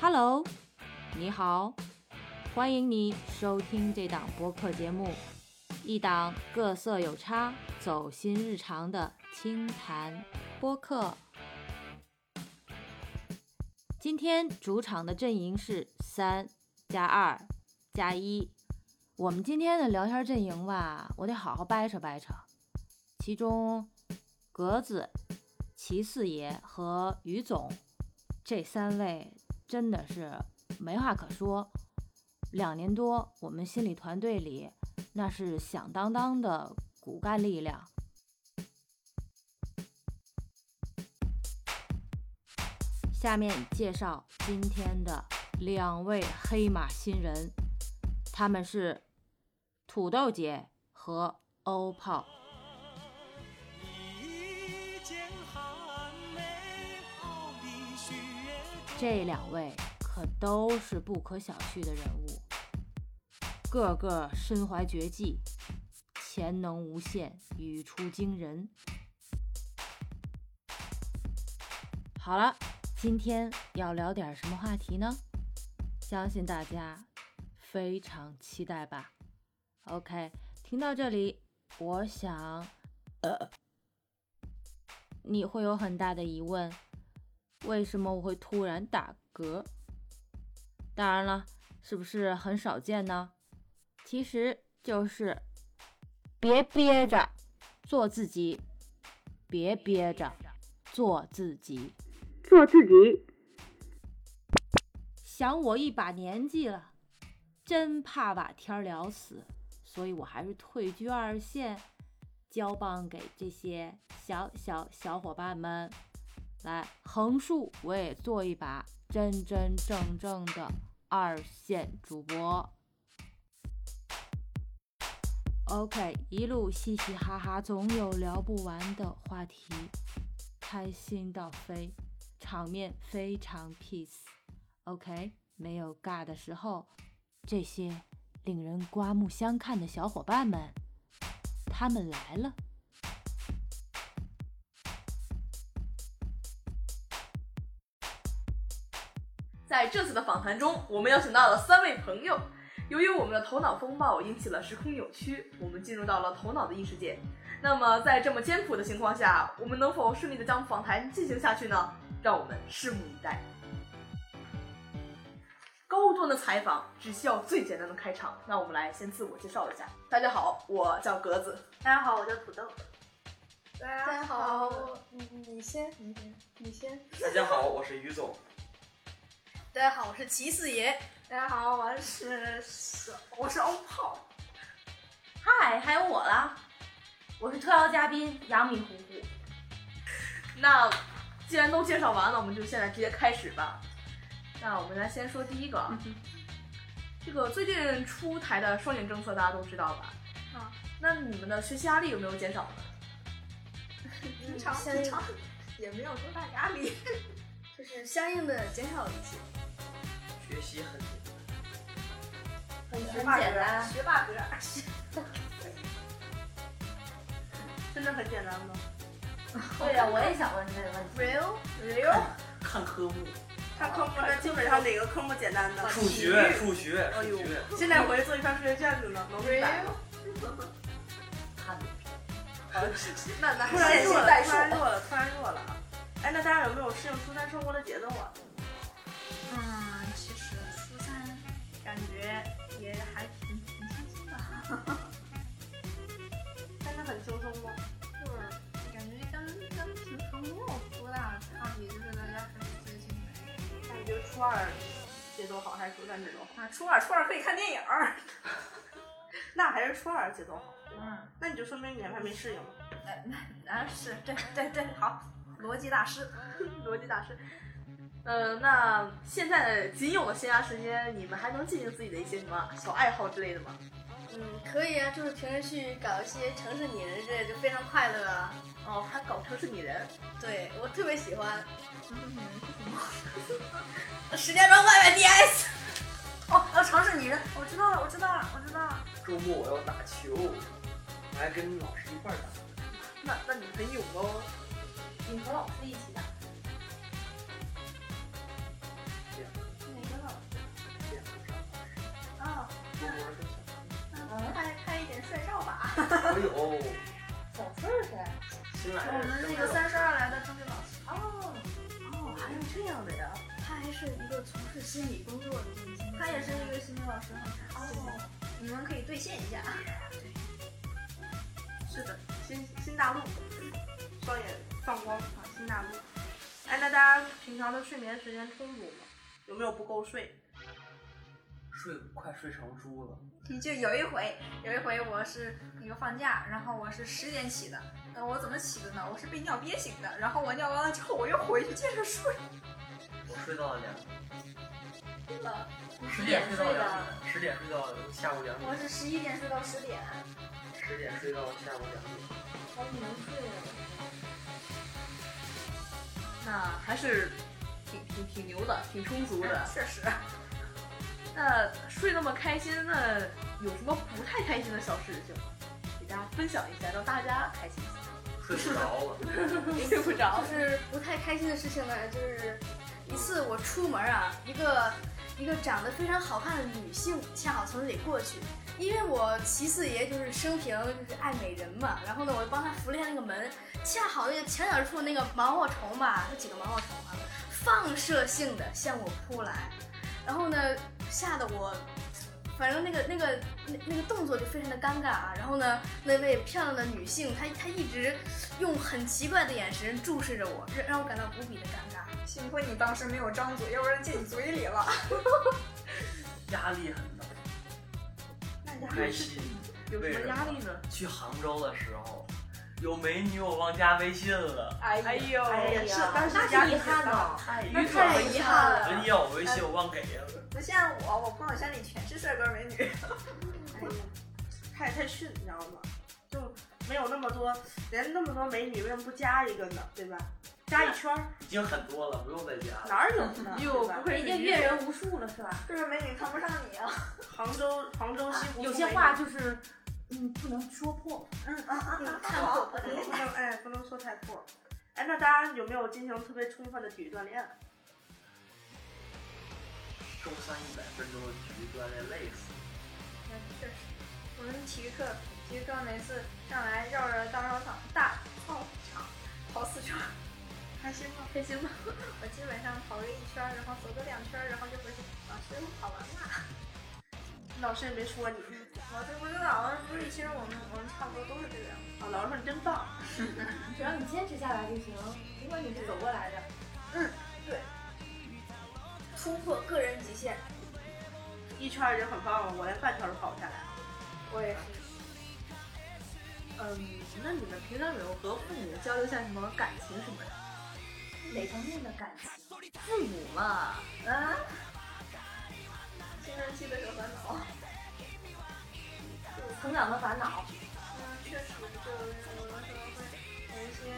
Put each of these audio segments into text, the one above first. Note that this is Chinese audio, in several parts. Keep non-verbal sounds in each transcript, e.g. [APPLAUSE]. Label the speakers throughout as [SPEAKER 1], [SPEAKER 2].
[SPEAKER 1] Hello，你好，欢迎你收听这档播客节目，一档各色有差、走心日常的清谈播客。今天主场的阵营是三加二加一。我们今天的聊天阵营吧，我得好好掰扯掰扯。其中，格子、齐四爷和于总这三位真的是没话可说。两年多，我们心理团队里那是响当当的骨干力量。下面介绍今天的两位黑马新人，他们是土豆姐和欧泡。
[SPEAKER 2] 一剑寒梅，傲立雪中。
[SPEAKER 1] 这两位可都是不可小觑的人物，个个身怀绝技，潜能无限，语出惊人。好了，今天要聊点什么话题呢？相信大家非常期待吧。OK，听到这里，我想，呃，你会有很大的疑问。为什么我会突然打嗝？当然了，是不是很少见呢？其实就是别憋着，做自己；别憋着，做自己。
[SPEAKER 3] 做自己。
[SPEAKER 1] 想我一把年纪了，真怕把天儿聊死，所以我还是退居二线，交棒给这些小小小伙伴们。来，横竖我也做一把真真正正的二线主播。OK，一路嘻嘻哈哈，总有聊不完的话题，开心到飞，场面非常 peace。OK，没有尬的时候，这些令人刮目相看的小伙伴们，他们来了。
[SPEAKER 4] 在这次的访谈中，我们邀请到了三位朋友。由于我们的头脑风暴引起了时空扭曲，我们进入到了头脑的异世界。那么，在这么艰苦的情况下，我们能否顺利的将访谈进行下去呢？让我们拭目以待。高端的采访只需要最简单的开场。那我们来先自我介绍一下。大家好，我叫格子。
[SPEAKER 5] 大家好，我叫土豆。大
[SPEAKER 6] 大家好，嗯你你先，你先，你先。
[SPEAKER 7] 大家好，我是于总。
[SPEAKER 5] 大家好，我是齐四爷。
[SPEAKER 6] 大家好，我是是我是欧泡。
[SPEAKER 4] 嗨，还有我啦。
[SPEAKER 1] 我是特邀嘉宾杨米糊糊。
[SPEAKER 4] 那既然都介绍完了，我们就现在直接开始吧。那我们来先说第一个，这个最近出台的双减政策大家都知道吧？
[SPEAKER 5] 啊，
[SPEAKER 4] 那你们的学习压力有没有减少呢？
[SPEAKER 6] 平嗯常
[SPEAKER 5] 先
[SPEAKER 6] 平常也没有多大压力。
[SPEAKER 5] 就是相应的减少一些，
[SPEAKER 7] 学习很简单，
[SPEAKER 5] 很
[SPEAKER 6] 学霸格儿，，学霸格儿。
[SPEAKER 5] 真的很简单吗
[SPEAKER 1] 对呀、我也想问这个问题。
[SPEAKER 5] ？Real
[SPEAKER 7] 看科目，
[SPEAKER 6] 看科目
[SPEAKER 5] 那基本上哪个科目简单的？
[SPEAKER 7] 数学，数学，
[SPEAKER 5] 哎
[SPEAKER 7] 数
[SPEAKER 5] 呦
[SPEAKER 7] 学。
[SPEAKER 5] 现在回去做一张数学卷子呢，能明白
[SPEAKER 6] Real
[SPEAKER 5] 吗？
[SPEAKER 6] 那那
[SPEAKER 5] 突然弱了，突
[SPEAKER 6] 突然
[SPEAKER 5] 然弱了，突然弱了啊！哎，那大家有没有适应初三生活的节奏啊？
[SPEAKER 6] 嗯，其实初三
[SPEAKER 5] 感觉也还挺挺轻松的，但是很轻松吗？
[SPEAKER 6] 就是感觉跟跟平常没有多大差别，就是大家开始接近了。
[SPEAKER 5] 感觉初二节奏好还是初三节奏好？
[SPEAKER 6] 啊，初二初二可以看电影儿。
[SPEAKER 5] [LAUGHS] 那还是初二节奏好。
[SPEAKER 6] 嗯，
[SPEAKER 5] 那你就说明你还没适应嘛。
[SPEAKER 6] 啊是对对对，好，逻辑大师。
[SPEAKER 4] 逻辑大师。呃，那现在仅有的闲暇时间，你们还能进行自己的一些什么小爱好之类的吗？
[SPEAKER 8] 嗯，可以啊，就是平时去搞一些城市拟人之类的，就非常快乐啊。
[SPEAKER 4] 哦，还搞城市拟人，
[SPEAKER 8] 对我特别喜
[SPEAKER 4] [LAUGHS]
[SPEAKER 8] 欢。
[SPEAKER 6] 哦，
[SPEAKER 8] 石家庄外卖 [LAUGHS] DS，
[SPEAKER 5] 哦
[SPEAKER 6] 要尝试你的，我知道了，我知道了，我知道了。
[SPEAKER 7] 周末我要打球，我还跟老师一块儿打。
[SPEAKER 4] 那那你们很勇哦。
[SPEAKER 1] 你和老师一起打，
[SPEAKER 7] 这样
[SPEAKER 6] 那
[SPEAKER 7] 我有，
[SPEAKER 8] 小翠儿谁？
[SPEAKER 7] 哎新来
[SPEAKER 6] 我
[SPEAKER 7] 的
[SPEAKER 6] 们
[SPEAKER 7] 正
[SPEAKER 6] 那个
[SPEAKER 7] 在老
[SPEAKER 6] 三十二来的中介老师，
[SPEAKER 8] 哦，
[SPEAKER 5] 哦，还有这样的呀？
[SPEAKER 8] 她还是一个从事心理工作的这些，
[SPEAKER 6] 他也是一个心理老师哈。
[SPEAKER 8] 哦，你们可以兑现一下。
[SPEAKER 5] 是的，新新大陆，双眼放光啊，新大陆。哎，那大家平常的睡眠时间充足吗？有没有不够睡？
[SPEAKER 7] 睡快睡成猪了，
[SPEAKER 6] 就有一回，有一回我是那个放假，然后我是十点起的，呃，我怎么起的呢？我是被尿憋醒的，然后我尿完了之后我又回去接着睡。
[SPEAKER 7] 我睡到了两
[SPEAKER 8] 对了，
[SPEAKER 7] 十
[SPEAKER 8] 点
[SPEAKER 7] 点睡
[SPEAKER 8] 睡
[SPEAKER 7] 到
[SPEAKER 8] 的
[SPEAKER 7] 两点，十点睡到下午两点，
[SPEAKER 8] 我是十一点睡到十点，
[SPEAKER 7] 十点睡到下午两点。
[SPEAKER 8] 好能睡啊！
[SPEAKER 4] 那还是挺挺挺牛的，挺充足
[SPEAKER 5] [LAUGHS]
[SPEAKER 4] 的。
[SPEAKER 6] 确实，
[SPEAKER 4] 那睡那么开心，那有什么不太开心的小事情吗？给大家分享一下，让大家开心一下。
[SPEAKER 7] 睡不着了，
[SPEAKER 5] [LAUGHS]
[SPEAKER 4] 睡不着
[SPEAKER 8] 就，是不太开心的事情呢，就是一次我出门啊，一个一个长得非常好看的女性恰好从这里过去，因为我齐四爷就是生平就是爱美人嘛，然后呢，我帮他扶了一下那个门，恰好那个墙角处那个毛毛虫吧，有几个毛毛虫啊，放射性的向我扑来，然后呢，吓得我。反正那个那个那那个动作就非常的尴尬啊，然后呢，那位漂亮的女性，她她一直用很奇怪的眼神注视着我，让让我感到无比的尴尬。
[SPEAKER 6] 幸亏你当时没有张嘴，要不然进你嘴里了。
[SPEAKER 7] 压力很大，
[SPEAKER 5] 那
[SPEAKER 7] 不开心。
[SPEAKER 4] 有什么压力呢？
[SPEAKER 7] 去杭州的时候，有美女我忘加微信了，
[SPEAKER 5] 哎
[SPEAKER 4] 哎呦
[SPEAKER 5] 哎呀，是当
[SPEAKER 4] 那
[SPEAKER 5] 时
[SPEAKER 4] 是
[SPEAKER 5] 压力
[SPEAKER 4] 遗
[SPEAKER 5] 很
[SPEAKER 4] 憾
[SPEAKER 5] 大
[SPEAKER 4] 呢。
[SPEAKER 7] 太愚
[SPEAKER 8] 那
[SPEAKER 7] 蠢
[SPEAKER 8] 太
[SPEAKER 7] 了。
[SPEAKER 8] 遗憾了。
[SPEAKER 7] 人家要我微信，我忘给了。
[SPEAKER 6] 不像我，我朋友圈里全是帅哥美女。
[SPEAKER 5] 哎呀，他也太逊，你知道吗？就没有那么多，连那么多美女为什么不加一个呢？对吧？加一圈儿
[SPEAKER 7] 已经很多了，不用再加了。
[SPEAKER 5] 哪儿有呢？
[SPEAKER 4] 哟
[SPEAKER 5] 对吧
[SPEAKER 4] 不愧
[SPEAKER 5] 人
[SPEAKER 4] 是
[SPEAKER 5] 家
[SPEAKER 4] 女
[SPEAKER 5] 阅
[SPEAKER 4] 人
[SPEAKER 5] 人无数了是吧？
[SPEAKER 6] 是不是美女看不上你啊？
[SPEAKER 5] 杭州杭州
[SPEAKER 4] 啊
[SPEAKER 5] 西湖
[SPEAKER 1] 有
[SPEAKER 5] 出
[SPEAKER 1] 些
[SPEAKER 5] 美
[SPEAKER 1] 话
[SPEAKER 5] 女
[SPEAKER 1] 就是，嗯，不能说破。
[SPEAKER 8] 看破不
[SPEAKER 5] 不
[SPEAKER 8] 能
[SPEAKER 5] 能哎不能说太破。哎，那大家有没有进行特别充分的体育锻炼？啊
[SPEAKER 7] 周三一百分钟的体育锻炼累死了，
[SPEAKER 6] 那确实，我们体育课，体育课每次上来绕着大操场大操场跑四圈儿，
[SPEAKER 5] 开心吗？
[SPEAKER 6] 开心吗？我基本上跑个一圈儿，然后走个两圈儿，然后就回去。老师，我跑完啦。
[SPEAKER 5] 老师也没说你，
[SPEAKER 6] 我这不知道，我不是，其实我们我们差不多都是这个样子。
[SPEAKER 5] 啊，老师说你真棒。
[SPEAKER 8] 只要你坚持下来就行，尽管你是走过来的。
[SPEAKER 6] 嗯，对。
[SPEAKER 8] 突破个人极限，
[SPEAKER 5] 一圈儿已经很棒了，我连半圈儿都跑不下来。
[SPEAKER 8] 我也是。
[SPEAKER 4] 嗯，那你们平常有没有和父母交流一下什么感情什么的？
[SPEAKER 8] 哪方面的感情？
[SPEAKER 4] 父母嘛，
[SPEAKER 6] 啊？青春期的有烦恼。
[SPEAKER 8] 成长的烦恼。
[SPEAKER 6] 嗯，确实，就有的时候会有一些，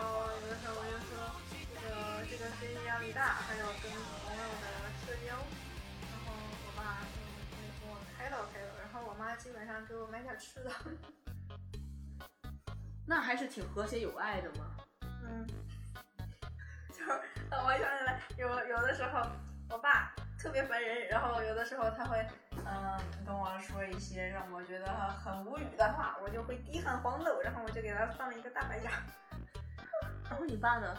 [SPEAKER 6] 呃，有的时候我就说这个这个学习压力大，还有跟朋友的社交，然后我爸嗯给我开导开导，然后我妈基本上给我买点吃的，
[SPEAKER 4] 那还是挺和谐有爱的嘛。
[SPEAKER 6] 嗯， [LAUGHS] 就是呃我想起来，有有的时候我爸特别烦人，然后有的时候他会嗯跟我说一些让我觉得很无语的话，我就会滴汗黄豆，然后我就给他翻了一个大白眼儿。
[SPEAKER 4] 然后你爸 [LAUGHS] 呢？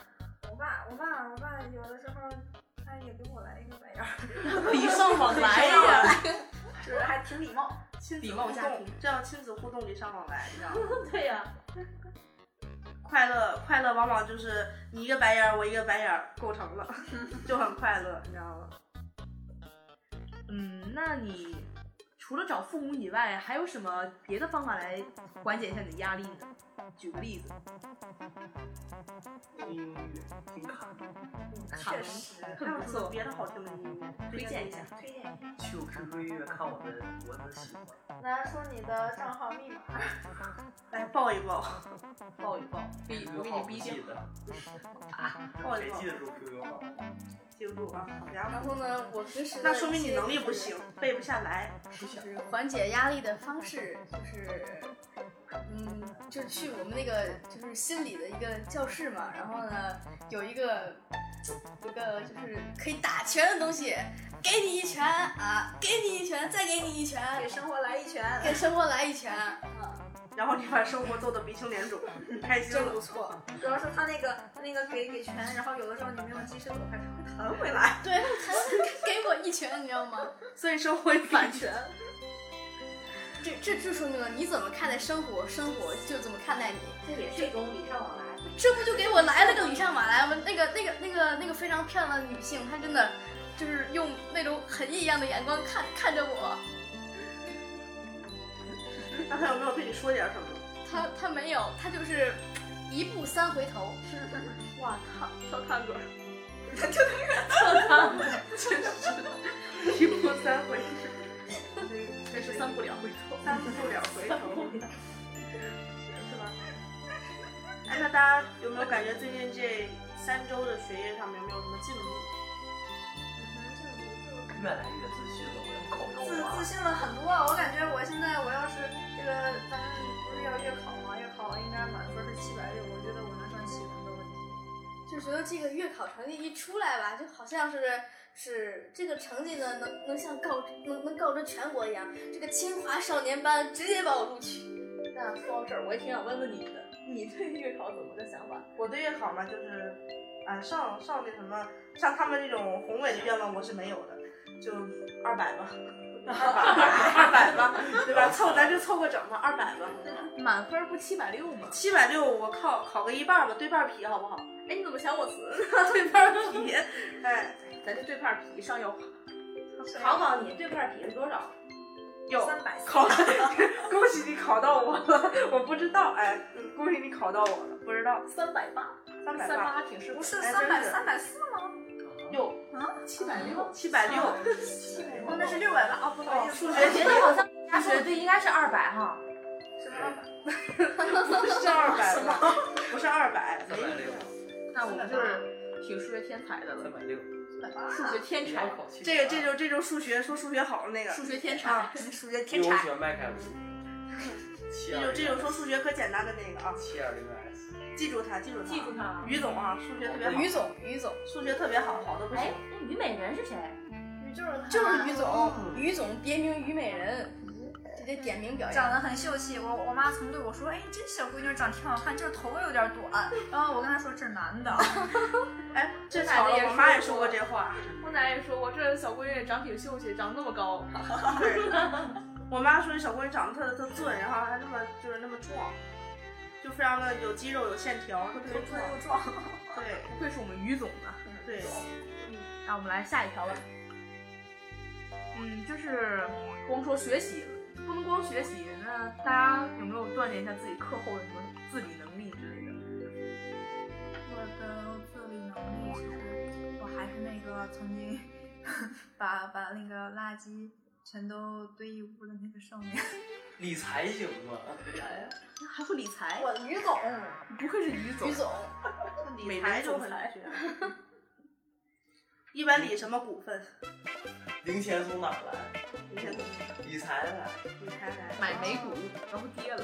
[SPEAKER 6] 我爸，我爸，我爸有的时候他也给我来一个白眼儿，
[SPEAKER 4] 礼尚往 [LAUGHS] 来呀，
[SPEAKER 6] 就是还挺礼貌。
[SPEAKER 5] 亲子
[SPEAKER 4] 礼
[SPEAKER 5] 互
[SPEAKER 4] 貌家
[SPEAKER 5] 动
[SPEAKER 4] 庭，
[SPEAKER 5] 这样亲子互动礼尚往来，你知道吗？
[SPEAKER 4] 对呀、
[SPEAKER 5] 快乐快乐往往就是你一个白眼儿，我一个白眼儿构成了，就很快乐，你知道吗？
[SPEAKER 4] 嗯，那你除了找父母以外，还有什么别的方法来缓解一下你的压力呢？举个例子，
[SPEAKER 7] 听音乐，听卡，
[SPEAKER 4] 卡农
[SPEAKER 5] 还
[SPEAKER 4] 很
[SPEAKER 5] 有
[SPEAKER 4] 不
[SPEAKER 5] 什么
[SPEAKER 4] 错，
[SPEAKER 5] 别的好听的音乐
[SPEAKER 4] 推荐一下。
[SPEAKER 6] 推荐一下，
[SPEAKER 7] 去我 QQ 音乐看我的我的喜欢。
[SPEAKER 6] 来说你的账号密码。
[SPEAKER 5] 来抱一抱，
[SPEAKER 4] 抱一抱，逼我给你逼
[SPEAKER 7] 记
[SPEAKER 4] 醒。
[SPEAKER 7] 得，
[SPEAKER 5] 抱一
[SPEAKER 7] 谁
[SPEAKER 5] 抱
[SPEAKER 7] 记，得住 QQ 号？
[SPEAKER 5] 记不住啊，好家
[SPEAKER 8] 然
[SPEAKER 5] 伙！
[SPEAKER 8] 后呢，我平时的
[SPEAKER 5] 那说明
[SPEAKER 8] 一
[SPEAKER 5] 你
[SPEAKER 8] 些
[SPEAKER 5] 能力不行，背不下来。
[SPEAKER 8] 就是缓解压力的方式，就是，嗯，就是去我们那个就是心理的一个教室嘛，然后呢，有一个有一个就是可以打拳的东西，给你一拳啊，给你一拳，再给你一拳，
[SPEAKER 6] 给生活来一拳，
[SPEAKER 8] 给生活来一拳啊，
[SPEAKER 5] 然后你把生活做得鼻青脸肿，你开心
[SPEAKER 8] 真
[SPEAKER 5] 了
[SPEAKER 8] 不。错。
[SPEAKER 6] [LAUGHS] 主要是他那个他那个给给拳，然后有的时候你没有及时躲开，他 [LAUGHS] 会弹
[SPEAKER 5] 嗯
[SPEAKER 6] 回来。
[SPEAKER 8] 对，他给我一拳，你知道吗？
[SPEAKER 5] 所以生活反
[SPEAKER 6] [LAUGHS]
[SPEAKER 5] 权，
[SPEAKER 8] 这这就说明了你怎么看待生活，生活就怎么看待你。
[SPEAKER 3] 这也是一种礼尚往来。
[SPEAKER 8] 这不就给我来了个礼尚往来吗？那个那个那个那个非常漂亮的女性，她真的就是用那种很异样的眼光看看着我。
[SPEAKER 5] 那他有没有对你说点什么？
[SPEAKER 8] 她她没有，她就是一步三回头。
[SPEAKER 4] 哇靠，跳探戈，
[SPEAKER 5] 一步三回，
[SPEAKER 4] 这是三步两回头。
[SPEAKER 5] 三步两回头，是吧？哎，那大家有没有感觉最近这三周的学业上面有没有什么进步？
[SPEAKER 7] 越来越自信了，我要考
[SPEAKER 6] 自
[SPEAKER 7] 上
[SPEAKER 6] 自
[SPEAKER 7] 啊！
[SPEAKER 6] 信了很多啊！我感觉我现在我要是这个，咱们不是要月考吗？月考应该满分是七百六，我觉得我能上七分没问题。
[SPEAKER 8] 就觉得这个月考成绩一出来吧，就好像是是这个成绩呢，能能像告能能告知全国一样，这个清华少年班直接把我录取。
[SPEAKER 4] 那说到这儿，我也挺想问问你的，你对月考怎么个想法？
[SPEAKER 5] 我对月考嘛，就是，啊，上上那什么，像他们这种宏伟的愿望我是没有的，就二百吧，二百吧，对吧？凑咱就凑个整吧，二百吧，
[SPEAKER 4] 满分不七百六吗？
[SPEAKER 5] 七百六，我靠，考个一半吧，对半皮好不好？
[SPEAKER 4] 哎，你怎么想我 [LAUGHS] 词？对半儿皮，
[SPEAKER 5] 哎，
[SPEAKER 4] 咱就对半儿皮上药花。
[SPEAKER 3] 考考你对半比是多少？
[SPEAKER 5] 有
[SPEAKER 3] 三百四。
[SPEAKER 5] 考，恭喜你考到我了，我不知道，哎，嗯恭喜你考到我了，不知道，
[SPEAKER 4] 三百八，
[SPEAKER 5] 三百
[SPEAKER 4] 三
[SPEAKER 5] 八，
[SPEAKER 4] 八挺适合。
[SPEAKER 6] 不是
[SPEAKER 5] 哎
[SPEAKER 6] 三百
[SPEAKER 5] 真是
[SPEAKER 6] 三百四吗？
[SPEAKER 5] 哟，
[SPEAKER 6] 啊
[SPEAKER 4] 七百六，啊
[SPEAKER 5] 七百
[SPEAKER 6] [LAUGHS]
[SPEAKER 5] 六，
[SPEAKER 6] 哦，那是六百八哦，不好意
[SPEAKER 5] 哦，
[SPEAKER 6] 思，
[SPEAKER 5] 数
[SPEAKER 3] 我
[SPEAKER 6] [LAUGHS]
[SPEAKER 5] 学
[SPEAKER 3] 觉得好像大学对应该是二百哈。
[SPEAKER 6] 是二百。
[SPEAKER 5] 不是二百吧？不是二百，没
[SPEAKER 7] 三百六，
[SPEAKER 4] 那我们就是挺数学天才的
[SPEAKER 7] 三
[SPEAKER 4] 了，
[SPEAKER 7] 百六，
[SPEAKER 4] 数学天
[SPEAKER 7] 你
[SPEAKER 4] 才
[SPEAKER 7] 要，考七
[SPEAKER 5] 这个这就这就数学说数学好的那个，
[SPEAKER 4] 数学天才。
[SPEAKER 5] 啊，
[SPEAKER 6] 数学
[SPEAKER 7] 流血迈开舞，七
[SPEAKER 5] 这
[SPEAKER 7] 二
[SPEAKER 5] 就这
[SPEAKER 7] 零
[SPEAKER 5] 就说数学可简单的那个啊，
[SPEAKER 7] 七二零 S，
[SPEAKER 5] 记住它，记住它，
[SPEAKER 4] 记住它
[SPEAKER 5] 于总啊，数学特别好，
[SPEAKER 8] 于总，于总
[SPEAKER 5] 数学特别好，好的不行
[SPEAKER 3] 哎，。那虞美人是谁？
[SPEAKER 6] 啊
[SPEAKER 8] 就是于总，于总别名于美人，这得点名表
[SPEAKER 6] 长
[SPEAKER 8] 扬。
[SPEAKER 6] 得很秀气，我我妈曾对我说：“哎，这小闺女长挺好看，就是头发有点短。”然
[SPEAKER 4] 哦
[SPEAKER 6] 后我跟她说：“这是男的。
[SPEAKER 5] 哎，这巧了，我妈也说过这话。
[SPEAKER 4] [LAUGHS] 我奶奶也说我这小闺女长挺秀气，长那么高。
[SPEAKER 5] 对，我妈说这小闺女长得特特俊，然后还那么就是那么壮，就非常的有肌肉有线条，特别壮。
[SPEAKER 6] 又壮，
[SPEAKER 5] 对
[SPEAKER 4] 不愧是我们于总呢。
[SPEAKER 5] 对，
[SPEAKER 4] 那我们来下一条吧。嗯，就是光说学习了，不能光学习。那大家有没有锻炼一下自己课后的什么自理能力之类的？
[SPEAKER 6] 我的自理能力其实我还是那个曾经 [LAUGHS] 把把那个垃圾全都堆一屋的那个少年。
[SPEAKER 7] 理财行吗？
[SPEAKER 4] 还会理财？
[SPEAKER 8] 我于总，
[SPEAKER 4] 不愧是于总
[SPEAKER 5] [LAUGHS]
[SPEAKER 8] 于。总，
[SPEAKER 5] 理财就很绝。 [LAUGHS] 一般理什么股份？
[SPEAKER 7] 零钱从哪儿来？理
[SPEAKER 5] 理财
[SPEAKER 7] 财来。
[SPEAKER 5] 理财来。
[SPEAKER 4] 买美股，然后跌了。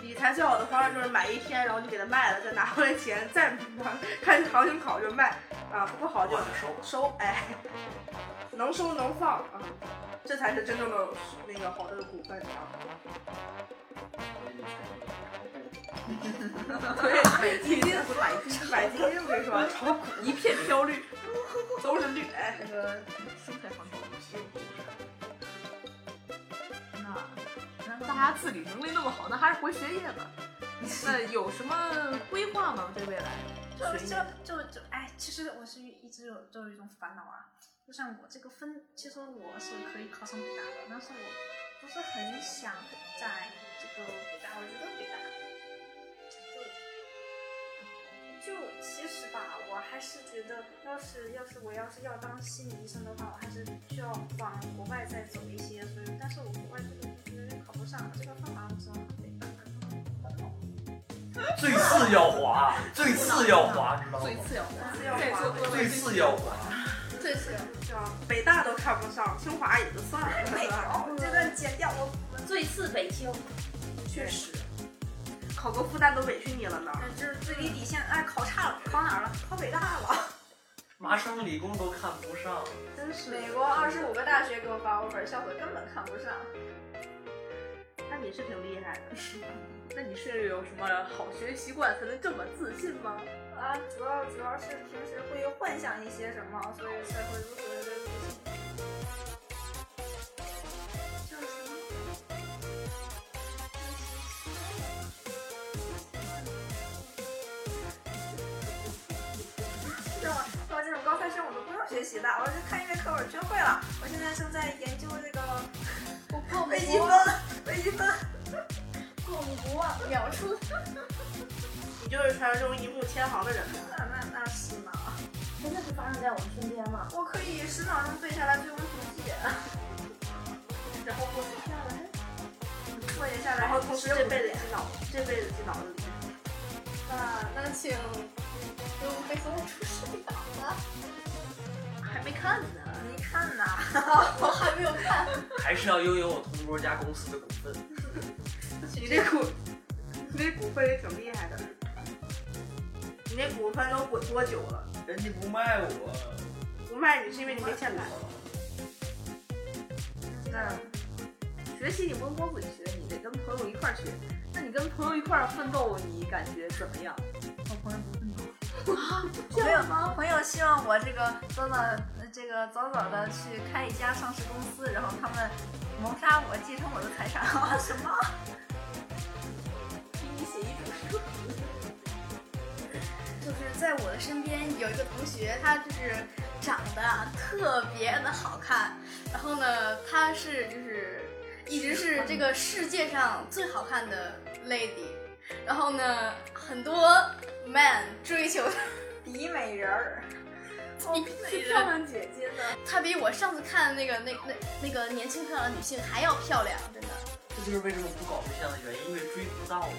[SPEAKER 5] 理财最好的方式就是买一天，然后就给它卖了，再拿回来钱，再拿看行情好就卖啊，不好就
[SPEAKER 7] 我收
[SPEAKER 5] 收，哎， [LAUGHS] 能收能放啊，这才是真正的那个好的股份啊。 [LAUGHS] 对，买基金，买基金，买基金，我跟你说，炒股
[SPEAKER 4] 一片飘 [LAUGHS] 绿，
[SPEAKER 5] 都是绿，哎，
[SPEAKER 4] 那个生态环保。那那大家自理能力那么好，那还是回学业吧。那有什么规划吗？对未来？
[SPEAKER 6] 就就就就哎，其实我是一直有都有一种烦恼啊，就像我这个分，其实我是可以考上北大的，但是我不是很想在这个北大，我觉得北大就就其实吧，我还是觉得，要是要是我要是要当心理医生的话，我还是需要往国外再走一些，所以但是我国外这个就是考不上，这个方法我只能考北大。
[SPEAKER 7] 最次要滑，最次要滑，知道吗
[SPEAKER 4] 最？次要的，
[SPEAKER 5] 最次要的
[SPEAKER 7] 最次要滑，
[SPEAKER 8] 最次
[SPEAKER 5] 是吧？北大都看不上，清华也就算了，是吧
[SPEAKER 6] 哦，这段剪掉我。
[SPEAKER 3] 最次北清。
[SPEAKER 5] 确实，考个复旦都委屈你了呢。
[SPEAKER 6] 这嗯是最低底线，哎，考差了，考哪儿了？考北大了。
[SPEAKER 7] 麻省理工都看不上。
[SPEAKER 6] 美国二十五个大学给我发 offer，校友根本看不上。
[SPEAKER 5] 哎那你是挺厉害的。
[SPEAKER 4] 那你是有什么好学习习惯才能这么自信吗？
[SPEAKER 6] 啊，主要主要是平时会幻想一些什么，所以才会如此的自信。像我像我这种高材生，我都不用学习的，我就看音乐课我就学会了。我现在正在研究这个
[SPEAKER 8] 我过
[SPEAKER 6] 微积分，微积分。
[SPEAKER 8] 过国
[SPEAKER 5] 啊
[SPEAKER 8] 秒出，
[SPEAKER 5] 你就是传说中一目千行的人呗。
[SPEAKER 6] 那那那是呢，
[SPEAKER 3] 真的是发生在我们身边吗？
[SPEAKER 6] 我可以十秒钟背下来《追风图记》，
[SPEAKER 5] 然后我
[SPEAKER 6] 下来，我也下来，
[SPEAKER 5] 然后同时这辈
[SPEAKER 6] 15
[SPEAKER 5] 子记脑，这辈子记脑子里。
[SPEAKER 8] 那那请给我们背诵出师表吧。
[SPEAKER 4] 还没看呢，
[SPEAKER 6] 你看呐，
[SPEAKER 8] 我还没有看，
[SPEAKER 7] 还是要拥有我同桌家公司的股份。
[SPEAKER 5] 你这股，你这股份也挺厉害的。你那股份都滚多久了？
[SPEAKER 7] 人家不卖我，
[SPEAKER 5] 不卖你是因为你没钱买。
[SPEAKER 4] 那学习你不能光自己学，你得跟朋友一块儿学。那你跟朋友一块儿奋斗，你感觉怎么样？
[SPEAKER 6] 朋友朋友希望我这个早早这个早早的去开一家上市公司，然后他们谋杀我，继承我的财产啊
[SPEAKER 8] [LAUGHS]
[SPEAKER 6] 什么？
[SPEAKER 8] [LAUGHS] 就是在我的身边有一个同学，他就是长得啊特别的好看，然后呢，他是就是一直是这个世界上最好看的 lady，然后呢，很多 man 追求他。
[SPEAKER 6] 李美人儿，
[SPEAKER 8] 你
[SPEAKER 6] 漂亮姐姐呢？
[SPEAKER 8] 她比我上次看那个那那那个年轻漂亮的女性还要漂亮，真的。
[SPEAKER 7] 这就是为什么不搞对象的原因，因为追不到我。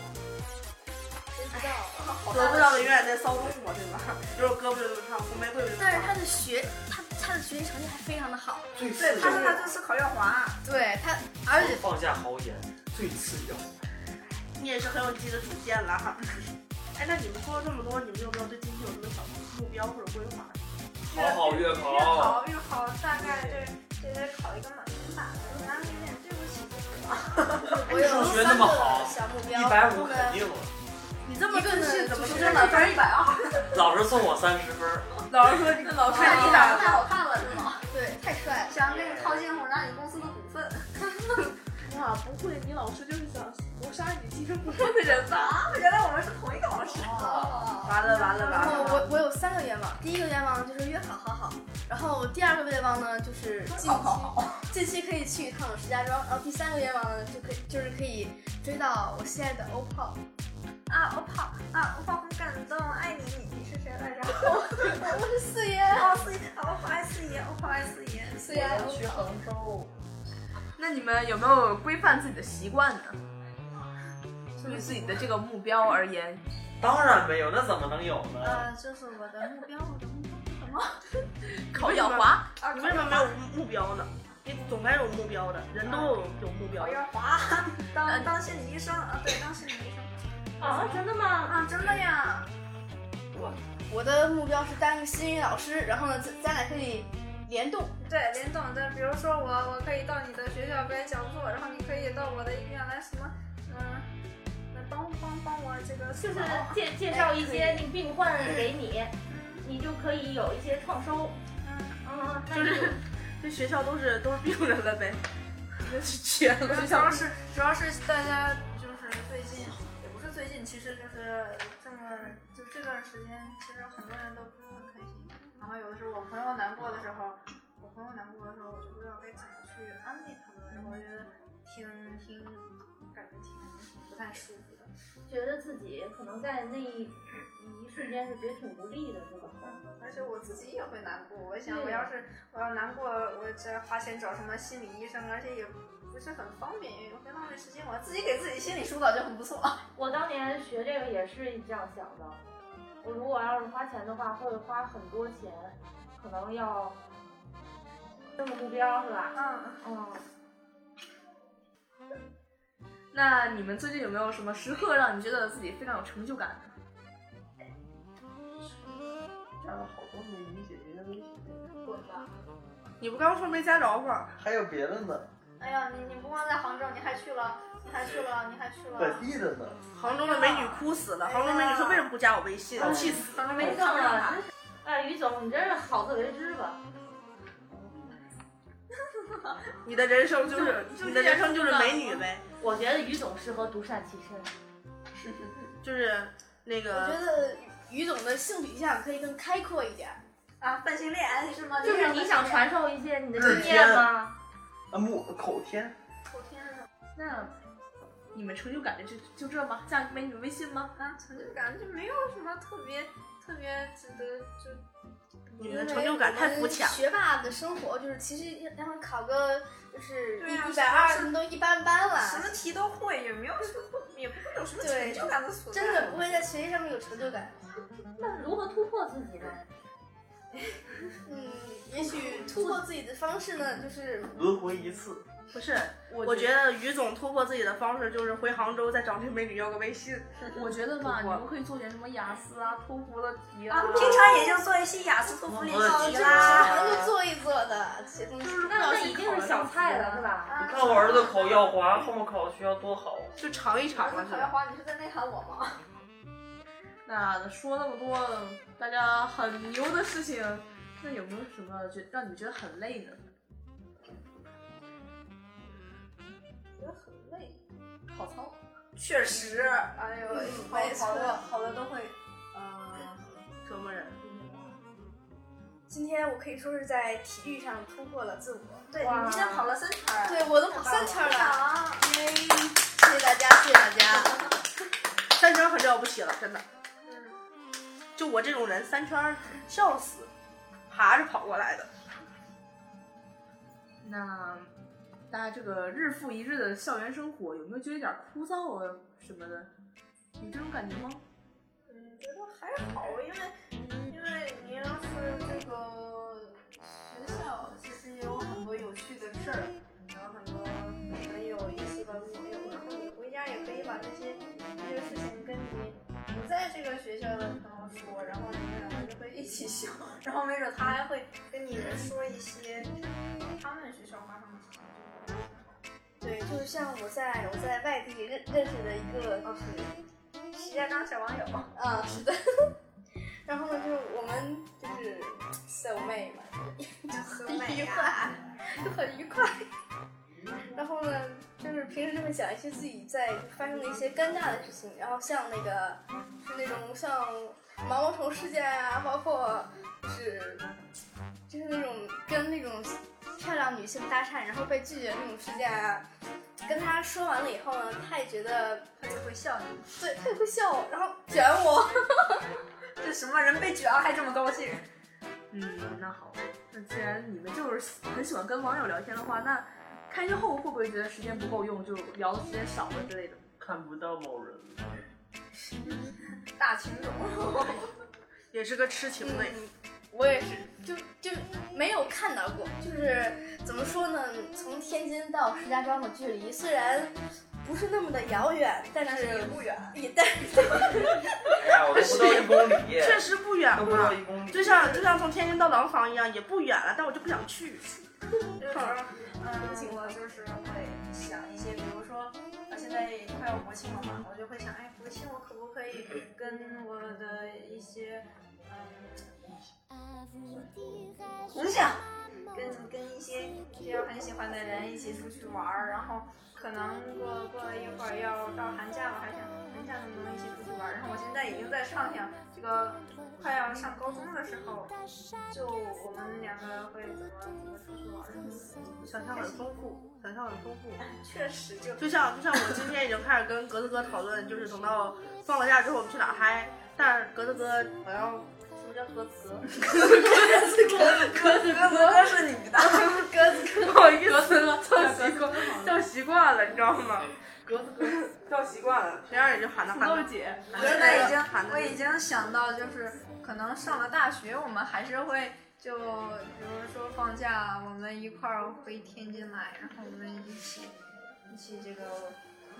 [SPEAKER 5] 得不到的永远在骚动嘛，对吧？ [LAUGHS] 就是胳膊就长，红玫瑰就
[SPEAKER 8] 但是
[SPEAKER 5] 长。
[SPEAKER 8] 她的学，她她的学习成绩还非常的好，
[SPEAKER 7] 最刺
[SPEAKER 6] 对，
[SPEAKER 7] 激
[SPEAKER 6] 她说她就是考月啊华，
[SPEAKER 8] 对她，而且
[SPEAKER 7] 放下豪言，最刺激的
[SPEAKER 5] 你也是很有自己的主见了哈。哎，那你们说了这么多，你们有没有对今天有什么小目标或者规划？
[SPEAKER 7] 好好月
[SPEAKER 6] 月
[SPEAKER 7] 考，
[SPEAKER 6] 考月考大概这这得考一个满分吧，难有点对不起自己了。
[SPEAKER 8] 我有
[SPEAKER 7] 数学
[SPEAKER 8] 三
[SPEAKER 7] 那么
[SPEAKER 8] 个
[SPEAKER 7] 好
[SPEAKER 8] 小目标，
[SPEAKER 7] 一百五
[SPEAKER 8] 我
[SPEAKER 7] 肯
[SPEAKER 8] 们
[SPEAKER 7] 定了。
[SPEAKER 5] 你这么
[SPEAKER 8] 一个
[SPEAKER 5] 自
[SPEAKER 8] 呢
[SPEAKER 5] 信，怎么
[SPEAKER 8] 就是
[SPEAKER 5] 就满分一百
[SPEAKER 6] 啊
[SPEAKER 5] 二？
[SPEAKER 7] 老师送我三十分儿，
[SPEAKER 5] 老师说你老
[SPEAKER 8] 哦
[SPEAKER 4] 啊
[SPEAKER 5] 师
[SPEAKER 6] 看
[SPEAKER 5] 你
[SPEAKER 6] 你
[SPEAKER 5] 咋
[SPEAKER 6] 长得太好看了，是吗？
[SPEAKER 8] 对太帅
[SPEAKER 6] [LAUGHS]
[SPEAKER 8] 了。
[SPEAKER 6] 想给你套近乎，让你公司的股份。
[SPEAKER 5] 哇，不会，你老师就是想谋杀你其中不
[SPEAKER 6] 的人吧？啊哦原来我们是同一个老师。
[SPEAKER 8] 哦
[SPEAKER 5] 完了完了
[SPEAKER 8] 然
[SPEAKER 5] 完
[SPEAKER 8] 后
[SPEAKER 5] 了！
[SPEAKER 8] 我我有三个愿望，第一个愿望就是月考好好，然后第二个愿望呢就是近期近期可以去一趟石家庄，然后第三个愿望呢就可以就是可以追到我心爱的欧泡。
[SPEAKER 6] 啊，欧泡啊，欧泡很感动，爱你，你是谁来着？ [LAUGHS]
[SPEAKER 8] 我是四爷，啊
[SPEAKER 6] 哦，四爷，欧泡爱四爷，欧泡爱四爷。
[SPEAKER 8] 四爷，
[SPEAKER 4] 那你们有没有规范自己的习惯呢？对于自己的这个目标而言，
[SPEAKER 7] 当然没有，那怎么能有呢？
[SPEAKER 6] 呃，这是我的目标，我的目标是什么？
[SPEAKER 4] 考耀华，
[SPEAKER 6] 啊
[SPEAKER 5] 你为什么没有目标呢？你总该有目标的，人都有有目标
[SPEAKER 6] 我。要华，当当心理医生啊，对，当心理医生
[SPEAKER 3] 啊，真的吗？
[SPEAKER 6] 啊，真的呀。
[SPEAKER 8] 我的目标是当一个心理老师，然后呢咱咱俩可以联动。
[SPEAKER 6] 对，林总的，比如说我，我可以到你的学校办讲座，然后你可以到我的医院来什么，嗯、来帮帮帮我这个
[SPEAKER 3] 就是
[SPEAKER 6] 扫
[SPEAKER 3] 介介绍一些那个病患给你，你就可以有一些创收。
[SPEAKER 6] 嗯
[SPEAKER 3] 嗯，那
[SPEAKER 5] 就
[SPEAKER 3] 你
[SPEAKER 5] 是这学校都是都是病人
[SPEAKER 4] [LAUGHS]
[SPEAKER 5] 了呗，真是绝了。
[SPEAKER 6] 主要是主要是大家就是最近，也不是最近，其实就是这么就这段时间，其实很多人都不是很开心。然后有的时候我朋友难过的时候，我朋友难过的时候，我就不知道该怎么去安慰他们，然后我觉得挺挺感觉挺不太舒服的。
[SPEAKER 3] 觉得自己可能在那一一瞬间是觉得挺无力的，是吧？
[SPEAKER 6] 而且我自己也会难过。我想，我要是我要难过，我这花钱找什么心理医生，而且也不是很方便，也会浪费时间。我自己给自己心理疏导就很不错。
[SPEAKER 3] 我当年学这个也是这样想的，我如果要是花钱的话，会花很多钱，可能要定个目标是吧？
[SPEAKER 6] 嗯，
[SPEAKER 3] 嗯，
[SPEAKER 4] 那你们最近有没有什么时刻让你觉得自己非常有成就感呢？
[SPEAKER 7] 加了好多美女姐姐的微信，
[SPEAKER 5] 你不刚说没加着吗？
[SPEAKER 7] 还有别的呢？
[SPEAKER 6] [LAUGHS] 哎呀，你你不光在杭州，你还去了，你还去了，你还去了。
[SPEAKER 9] 本地的呢，
[SPEAKER 5] 杭州的美女哭死了，杭州美女说为什么不加我微信？气死！
[SPEAKER 4] 啊
[SPEAKER 3] 反正没事了。哎，于总，你真是好自为之吧。
[SPEAKER 5] 你的人生就是你的人生就是美女呗，
[SPEAKER 3] 我觉得于总适合独善其身。
[SPEAKER 5] 就是那
[SPEAKER 8] 我
[SPEAKER 5] 个
[SPEAKER 8] 觉得于总的性取向可以更开阔一点。
[SPEAKER 6] 啊，泛性恋是吗？
[SPEAKER 3] 就是你想传授一些你的
[SPEAKER 9] 日
[SPEAKER 3] 经验
[SPEAKER 9] 天
[SPEAKER 3] 吗？
[SPEAKER 9] 啊木口天，
[SPEAKER 6] 口天是什么？
[SPEAKER 4] 那你们成就感就就这吗？加美女微信吗？
[SPEAKER 6] 啊，成就感就没有什么特别特别值得就。
[SPEAKER 5] 你们的成就感太肤浅了。
[SPEAKER 8] 学霸的生活就是，其实让他考个就是
[SPEAKER 6] 对啊
[SPEAKER 8] 一百二，什么都一般般了，
[SPEAKER 6] 什么题都会，也没有什么，也不会有什么成
[SPEAKER 8] 对
[SPEAKER 6] 就感的所在。
[SPEAKER 8] 真的不会在学习上面有成就感。
[SPEAKER 3] 那如何突破自己呢？
[SPEAKER 8] [LAUGHS] 嗯，也许突破自己的方式呢，就是
[SPEAKER 9] 轮回一次，
[SPEAKER 5] 不是，
[SPEAKER 4] 我
[SPEAKER 5] 我觉得于总突破自己的方式就是回杭州再找那美女要个微信。
[SPEAKER 4] 我觉得吧，你们可以做点什么雅思啊、托福的题啊。
[SPEAKER 6] 平常也就做一些雅思、托福联考题啦。
[SPEAKER 8] 咱们做一做的这些
[SPEAKER 6] 嗯
[SPEAKER 8] 东西。
[SPEAKER 3] 那那已经是小菜了，是吧？
[SPEAKER 6] 啊
[SPEAKER 7] 你看我儿子考耀华，后面考学校多好。
[SPEAKER 5] 就尝一尝
[SPEAKER 6] 我
[SPEAKER 5] 了
[SPEAKER 6] 是
[SPEAKER 5] 是
[SPEAKER 6] 陶耀
[SPEAKER 5] 吧？
[SPEAKER 6] 华，你是在内涵我吗？
[SPEAKER 4] 那说那么多大家很牛的事情，那有没有什么觉让你觉得很累呢？
[SPEAKER 6] 觉得很累。
[SPEAKER 4] 跑操，
[SPEAKER 6] 确实，哎呦，好
[SPEAKER 8] 没错
[SPEAKER 6] 好的好的都会，嗯，
[SPEAKER 5] 折磨人。
[SPEAKER 8] 今天我可以说是在体育上突破了自我，
[SPEAKER 6] 对，你今天跑了三圈儿，
[SPEAKER 8] 对我都跑三圈了，
[SPEAKER 6] 啊，
[SPEAKER 8] 耶！谢谢大家，谢谢大家。
[SPEAKER 5] 三圈很了不起了，真的。
[SPEAKER 6] 嗯，
[SPEAKER 5] 就我这种人，三圈儿笑死，爬着跑过来的。
[SPEAKER 4] 那大家这个日复一日的校园生活，有没有觉得有点枯燥啊什么的？有这种感觉吗？
[SPEAKER 6] 嗯觉得还好，因为因为你要是这个学校，其实也有很多有趣的事儿，然后很多很有意思的朋友，然后你回家也可以把这些这些事情跟你不在这个学校的朋友说，然后你们两个就会一起笑，然后没准他还会跟你们说一些他们学校发生的事情。
[SPEAKER 8] 对，就是像我在我在外地认认识的一个
[SPEAKER 6] 哦，是石家庄小网友，
[SPEAKER 8] 啊，是的。 [LAUGHS] 然后呢，就是我们就是 soul 妹嘛，
[SPEAKER 6] 就喝
[SPEAKER 8] 愉快，就 [LAUGHS] 很愉快。 [LAUGHS] 然后呢，就是平时就会想一些自己在发生的一些尴尬的事情，然后像那个是那种像毛毛虫事件啊，包括就是就是那种跟那种漂亮女性搭讪，然后被拒绝那种事件啊。跟他说完了以后呢，他也觉得
[SPEAKER 6] 他就会笑你。
[SPEAKER 8] 对，他也会笑我，然后卷我。
[SPEAKER 6] 这什么人被卷了还这么高兴？
[SPEAKER 4] 嗯，那好，那既然你们就是很喜欢跟网友聊天的话，那开学后会不会觉得时间不够用，就聊的时间少了之类的？
[SPEAKER 7] 看不到某人，
[SPEAKER 4] [LAUGHS]
[SPEAKER 6] 大情种，
[SPEAKER 5] [LAUGHS] 也是个痴情妹，
[SPEAKER 8] 嗯，我也是，就就没有看到过，就是怎么说呢？从天津到石家庄的距离虽然不是那么的遥远，但是也不远，也但
[SPEAKER 7] 哎呀，我都不到一公里，
[SPEAKER 5] 确实不远
[SPEAKER 7] 都不到
[SPEAKER 5] 嘛。
[SPEAKER 7] 一公里。
[SPEAKER 5] 就像就像从天津到廊坊一样，也不远了，但我就不想去。
[SPEAKER 6] 就是嗯，我就是会想一些，比如说，啊，现在快要国庆了嘛，我就会想，哎，国庆我可不可以跟我的一些，嗯，同乡，跟跟一些比较很喜欢的人一起出去玩儿，然后可能过过一会儿要到寒假了，还想寒假能不能一起出去玩儿？然后我现在已经在畅想这个快要上高中的时候，就我们两个会怎么怎么出去玩儿？
[SPEAKER 5] 想象很丰富，想象很丰富。
[SPEAKER 6] 确实就
[SPEAKER 5] 就像就像我今天已经开始跟格子哥讨论，就是等到放了假之后我们去哪儿嗨。但是格子哥我要什么叫格子哥？
[SPEAKER 6] 鸽子哥是女的，
[SPEAKER 5] 不好意思了，叫习惯叫习惯了，你知道吗？格子哥叫习惯了，呃谁让你就喊他喊
[SPEAKER 4] 豆
[SPEAKER 5] 他
[SPEAKER 4] 姐，
[SPEAKER 5] 我
[SPEAKER 6] 我现在已经
[SPEAKER 5] 喊他
[SPEAKER 6] 我已经想到就是可能上了大学，我们还是会就比如说放假，我们一块儿回天津来，然后我们一起一起这个。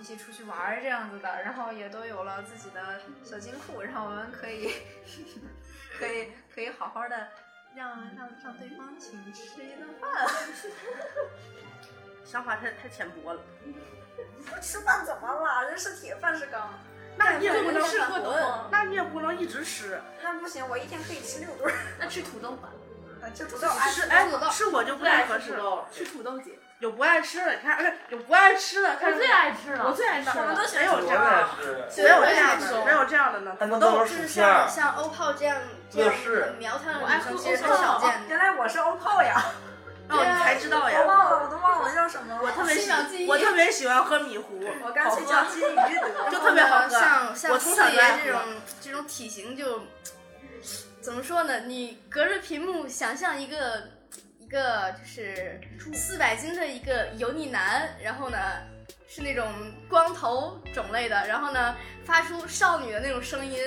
[SPEAKER 6] 一起出去玩儿这样子的，然后也都有了自己的小金库，然后我们可以 [LAUGHS] 可以可以好好的让让让对方请吃一顿饭。
[SPEAKER 5] 想法太太浅薄了。
[SPEAKER 6] 不吃饭怎么了？人是铁，饭是钢。
[SPEAKER 5] 那你也不能
[SPEAKER 6] 适合抖
[SPEAKER 5] 嗯那你也不能一直吃，
[SPEAKER 6] 那不行，我一天可以吃六顿儿。
[SPEAKER 8] 那吃土豆吧，
[SPEAKER 6] 啊这土豆，哎，
[SPEAKER 5] 是
[SPEAKER 8] 吃
[SPEAKER 5] 哎
[SPEAKER 8] 土豆，
[SPEAKER 5] 是我就不太合适了。
[SPEAKER 4] 吃土豆姐，
[SPEAKER 5] 有不爱吃的，你看，哎，有不爱吃的，看
[SPEAKER 1] 我最爱吃
[SPEAKER 5] 我
[SPEAKER 1] 了，
[SPEAKER 5] 最爱吃的，
[SPEAKER 6] 我们都喜
[SPEAKER 5] 没
[SPEAKER 6] 欢
[SPEAKER 5] 有
[SPEAKER 6] 吃
[SPEAKER 5] 这
[SPEAKER 6] 土豆
[SPEAKER 5] 样的，
[SPEAKER 9] 是，
[SPEAKER 6] 我也是
[SPEAKER 5] 没有这样的，没有这样的呢。
[SPEAKER 9] 还能
[SPEAKER 5] 土
[SPEAKER 9] 当
[SPEAKER 5] 豆
[SPEAKER 9] 成
[SPEAKER 8] 就
[SPEAKER 9] 薯
[SPEAKER 8] 是
[SPEAKER 9] 片
[SPEAKER 8] 像
[SPEAKER 9] 儿，
[SPEAKER 8] 像欧泡这样这
[SPEAKER 9] 乐事
[SPEAKER 8] 样苗条的女生其实很少
[SPEAKER 4] 哦
[SPEAKER 8] 见
[SPEAKER 6] 原
[SPEAKER 8] 的。
[SPEAKER 6] 来我是欧泡呀！
[SPEAKER 5] 哦，你才知道
[SPEAKER 6] 我
[SPEAKER 5] 呀。
[SPEAKER 6] 忘了，我都忘了我叫什么了。
[SPEAKER 5] 我特别喜
[SPEAKER 8] 欣赏记忆，
[SPEAKER 5] 我特别喜欢喝米糊，
[SPEAKER 6] 我干脆叫金鱼得。
[SPEAKER 5] 就特别好喝
[SPEAKER 8] 像像
[SPEAKER 5] 我从小
[SPEAKER 8] 四
[SPEAKER 5] 就
[SPEAKER 8] 爷
[SPEAKER 5] 爱喝
[SPEAKER 8] 这种这种体型就，怎么说呢？你隔着屏幕想象一个一个就是四百斤的一个油腻男，然后呢是那种光头种类的，然后呢发出少女的那种声音，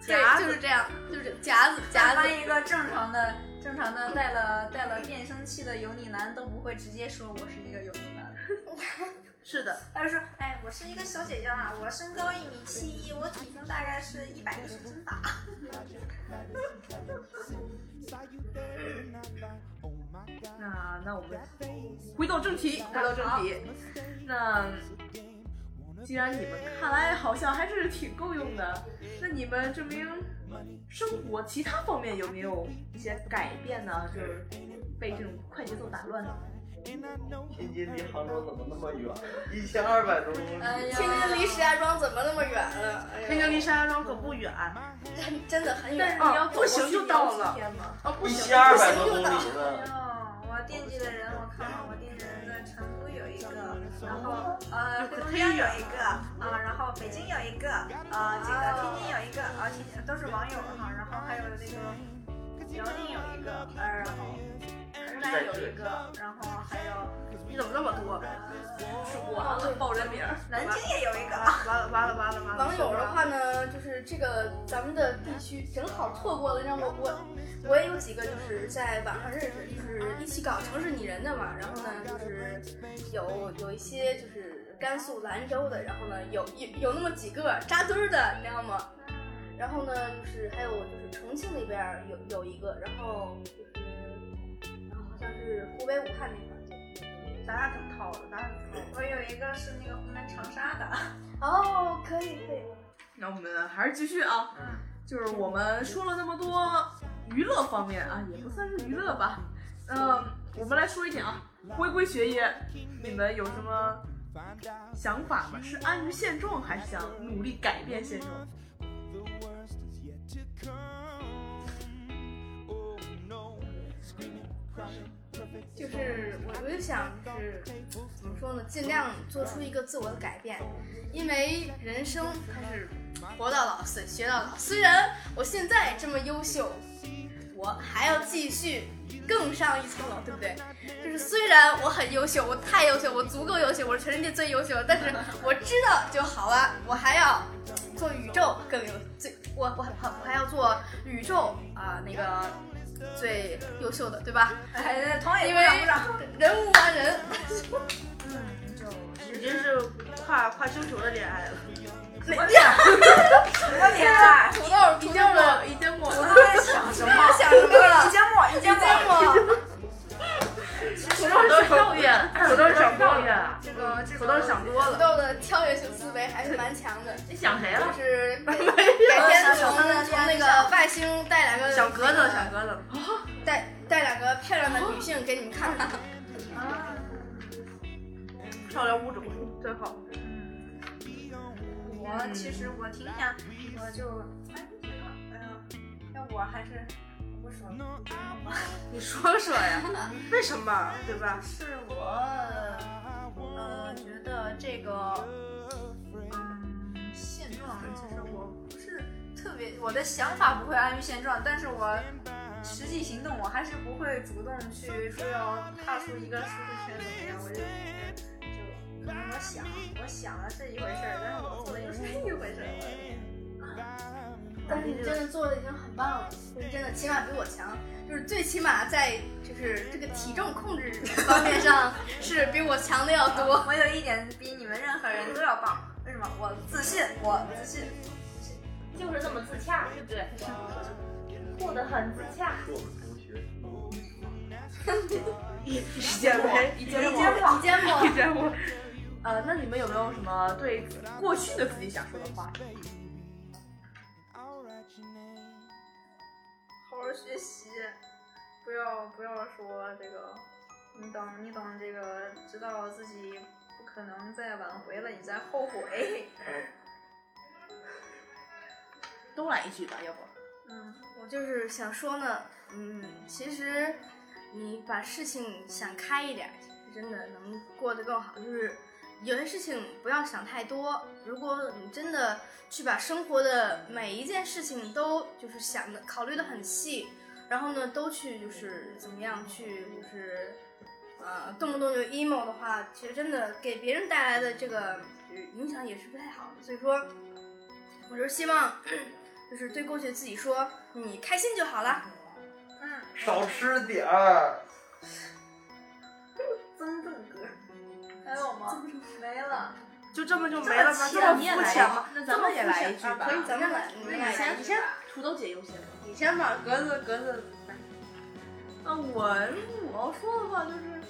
[SPEAKER 5] 夹
[SPEAKER 8] 对，就是这样，就是夹子夹子。
[SPEAKER 6] 当一个正常的、正常的带了带了变声器的油腻男都不会直接说我是一个油腻男，
[SPEAKER 5] 是的，
[SPEAKER 6] 他就说：“哎，我是一个小姐姐啊，我身高一米七一，我体重大概是一百一十斤吧。
[SPEAKER 4] 那那我们回到正题，回到正题。那既然你们看来好像还是挺够用的，那你们这名生活其他方面有没有一些改变呢？就是被这种快节奏打乱呢？
[SPEAKER 9] 天津离杭州怎么那么远？一千二百多公里。
[SPEAKER 6] 哎呀
[SPEAKER 8] 天津离石家庄怎么那么远了？哎呀
[SPEAKER 5] 天津离石家庄可不远，
[SPEAKER 8] 真真的很
[SPEAKER 4] 但是
[SPEAKER 8] 远。
[SPEAKER 4] 你要
[SPEAKER 5] 哦
[SPEAKER 4] 走过
[SPEAKER 5] 不行
[SPEAKER 4] 去
[SPEAKER 5] 就
[SPEAKER 4] 要
[SPEAKER 5] 到
[SPEAKER 4] 几
[SPEAKER 5] 了
[SPEAKER 4] 天吗
[SPEAKER 5] 哦，不
[SPEAKER 9] 一
[SPEAKER 5] 行，
[SPEAKER 9] 千二百多公里呢，
[SPEAKER 6] 哦，我惦记的人，我看看，我惦记的人在成都有一个，然后呃，黑龙江有一个啊、然后北京有一个，啊，这个天津有一个，啊，天津都是网友哈，然后还有那个辽宁有一个，呃，然后湖南有一个，然后还有
[SPEAKER 5] 你怎么那么多？
[SPEAKER 4] 数完了，报人名儿。
[SPEAKER 6] 南京也有一个，
[SPEAKER 5] 完了完了完了完了！
[SPEAKER 8] 网友的话呢，就是这个咱们的地区正好错过了，让我我我也有几个就是在网上认识，就是一起搞城市拟人的嘛。然后呢，就是有有一些就是甘肃兰州的，然后呢有有有那么几个扎堆儿的，你知道吗？然后呢，就是还有就是重庆那边儿有有一个，然后就是然后好像是湖北武汉那块儿就
[SPEAKER 5] 咱俩怎么套的？咱俩怎么套的？
[SPEAKER 6] 我有一个是那个湖南长沙的，
[SPEAKER 8] 哦，可以可以。
[SPEAKER 4] 那我们还是继续啊，就是我们说了那么多娱乐方面啊，也不算是娱乐吧。嗯，我们来说一点啊，回归学业，你们有什么想法吗？是安于现状，还是想努力改变现状？
[SPEAKER 8] 就是我我就想就是怎么说呢，尽量做出一个自我的改变，因为人生它是活到老学学到老。虽然我现在这么优秀，我还要继续更上一层楼，对不对？就是虽然我很优秀，我太优秀，我足够优秀，我是全世界最优秀，但是我知道就好了，我还要做宇宙更优最我我我我还要做宇宙啊、那个最优秀的，对吧？
[SPEAKER 6] 哎，同也
[SPEAKER 8] 因
[SPEAKER 6] 鼓
[SPEAKER 8] 为
[SPEAKER 6] 掌鼓掌。
[SPEAKER 8] 人无完人，
[SPEAKER 5] 你这是跨跨星球的恋爱了。
[SPEAKER 6] 我脸大，
[SPEAKER 8] 土豆
[SPEAKER 4] 一
[SPEAKER 8] 土豆
[SPEAKER 4] 见
[SPEAKER 8] 了，
[SPEAKER 4] 我，一见
[SPEAKER 6] 我
[SPEAKER 4] 我，
[SPEAKER 6] 都在想
[SPEAKER 4] [LAUGHS]
[SPEAKER 6] 什么？
[SPEAKER 8] 想什么了
[SPEAKER 6] 一？见我，一见我，
[SPEAKER 4] 土豆是教练，
[SPEAKER 5] 土豆想抱怨，
[SPEAKER 6] 这个这
[SPEAKER 5] 土
[SPEAKER 6] 个
[SPEAKER 5] 豆想多
[SPEAKER 8] 土
[SPEAKER 5] 了。
[SPEAKER 8] 豆的跳跃性思维还是蛮强的，
[SPEAKER 7] 你想谁
[SPEAKER 8] 就
[SPEAKER 7] 了？
[SPEAKER 8] 是改天从从那 [LAUGHS] 个外星带两个
[SPEAKER 5] 想格子，想格子，
[SPEAKER 8] 带带两个漂亮的女性给你们看看。
[SPEAKER 5] 漂亮物种真好。
[SPEAKER 6] 我其实我挺想，我就哎，哎呀，那我还是不说了，
[SPEAKER 5] 你说说呀，为什
[SPEAKER 4] 啊
[SPEAKER 5] 么？对吧？
[SPEAKER 6] 是我呃觉得这个嗯现状，就是我不是特别，我的想法不会安于现状，但是我。实际行动，我还是不会主动去说要踏出一个舒适圈怎么样，我就就可能我想，我想了是一回事儿，但是我做的又是另一回事儿。
[SPEAKER 8] 但是你真的做的已经很棒了，就是真的，起码比我强，就是最起码在就是这个体重控制方面 [LAUGHS] 上是比我强的要多。
[SPEAKER 6] 我有一点比你们任何人都要棒，为什么？我自信，我自信。
[SPEAKER 3] 就是这么自洽，对不对？过得很自洽。
[SPEAKER 9] 是我们同学。
[SPEAKER 5] 一见为
[SPEAKER 4] 一
[SPEAKER 5] 一
[SPEAKER 4] 见
[SPEAKER 5] 见
[SPEAKER 4] 为
[SPEAKER 5] 为
[SPEAKER 8] 你见过？
[SPEAKER 5] 见为。
[SPEAKER 4] [LAUGHS] 呃，那你们有没有什么对过去的自己想说的话？
[SPEAKER 6] 好好学习，不要不要说这个，你等你等这个，知道自己不可能再挽回了，你再后悔。
[SPEAKER 4] 都来一句吧，要不？
[SPEAKER 8] 嗯，我就是想说呢，嗯，其实你把事情想开一点，真的能过得更好。就是有些事情不要想太多，如果你真的去把生活的每一件事情都就是想的考虑的很细，然后呢都去就是怎么样去就是呃动不动就 emo 的话，其实真的给别人带来的这个呃影响也是不太好的。所以说，我就是希望。就是对过去自己说，你开心就好了。
[SPEAKER 6] 嗯，
[SPEAKER 9] 少吃点儿。
[SPEAKER 6] 曾正哥，还有吗？没了。
[SPEAKER 5] 就这么就没了吗？
[SPEAKER 4] 这
[SPEAKER 5] 这
[SPEAKER 4] 么
[SPEAKER 5] 么
[SPEAKER 4] 你也
[SPEAKER 5] 肤
[SPEAKER 4] 来一
[SPEAKER 5] 浅吗？
[SPEAKER 4] 那咱们也来一句
[SPEAKER 5] 啊
[SPEAKER 4] 吧
[SPEAKER 5] 可。以，咱们来。
[SPEAKER 8] 你
[SPEAKER 5] 那
[SPEAKER 8] 们
[SPEAKER 5] 你
[SPEAKER 8] 俩
[SPEAKER 5] 先，
[SPEAKER 8] 一
[SPEAKER 5] 你
[SPEAKER 8] 起
[SPEAKER 5] 先，
[SPEAKER 8] 吧
[SPEAKER 4] 土豆姐优先。
[SPEAKER 5] 你先吧。格子，格子，
[SPEAKER 4] 哎那我我要说的话就是，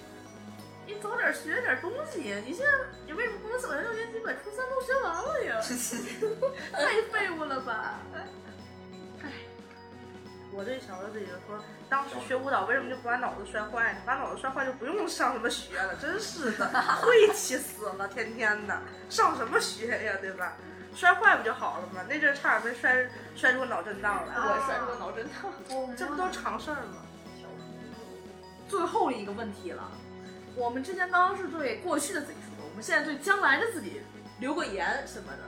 [SPEAKER 4] 你早点学点东西。你现在你为什么不能小学六年级把初三都学完了
[SPEAKER 5] [LAUGHS]
[SPEAKER 4] 呀？太废物了吧！
[SPEAKER 5] 我对小乐自己就说，当时学舞蹈为什么就不把脑子摔坏呢？把脑子摔坏就不用上什么学了，真是的，晦气死了，天天的上什么学呀，对吧？摔坏不就好了吗？那阵儿差点没摔摔出个脑震荡来，
[SPEAKER 4] 我摔出个脑震荡。
[SPEAKER 5] 这不都常事儿吗？
[SPEAKER 4] 最后一个问题了，我们之前刚刚是对过去的自己说，我们现在对将来的自己留个言什么的。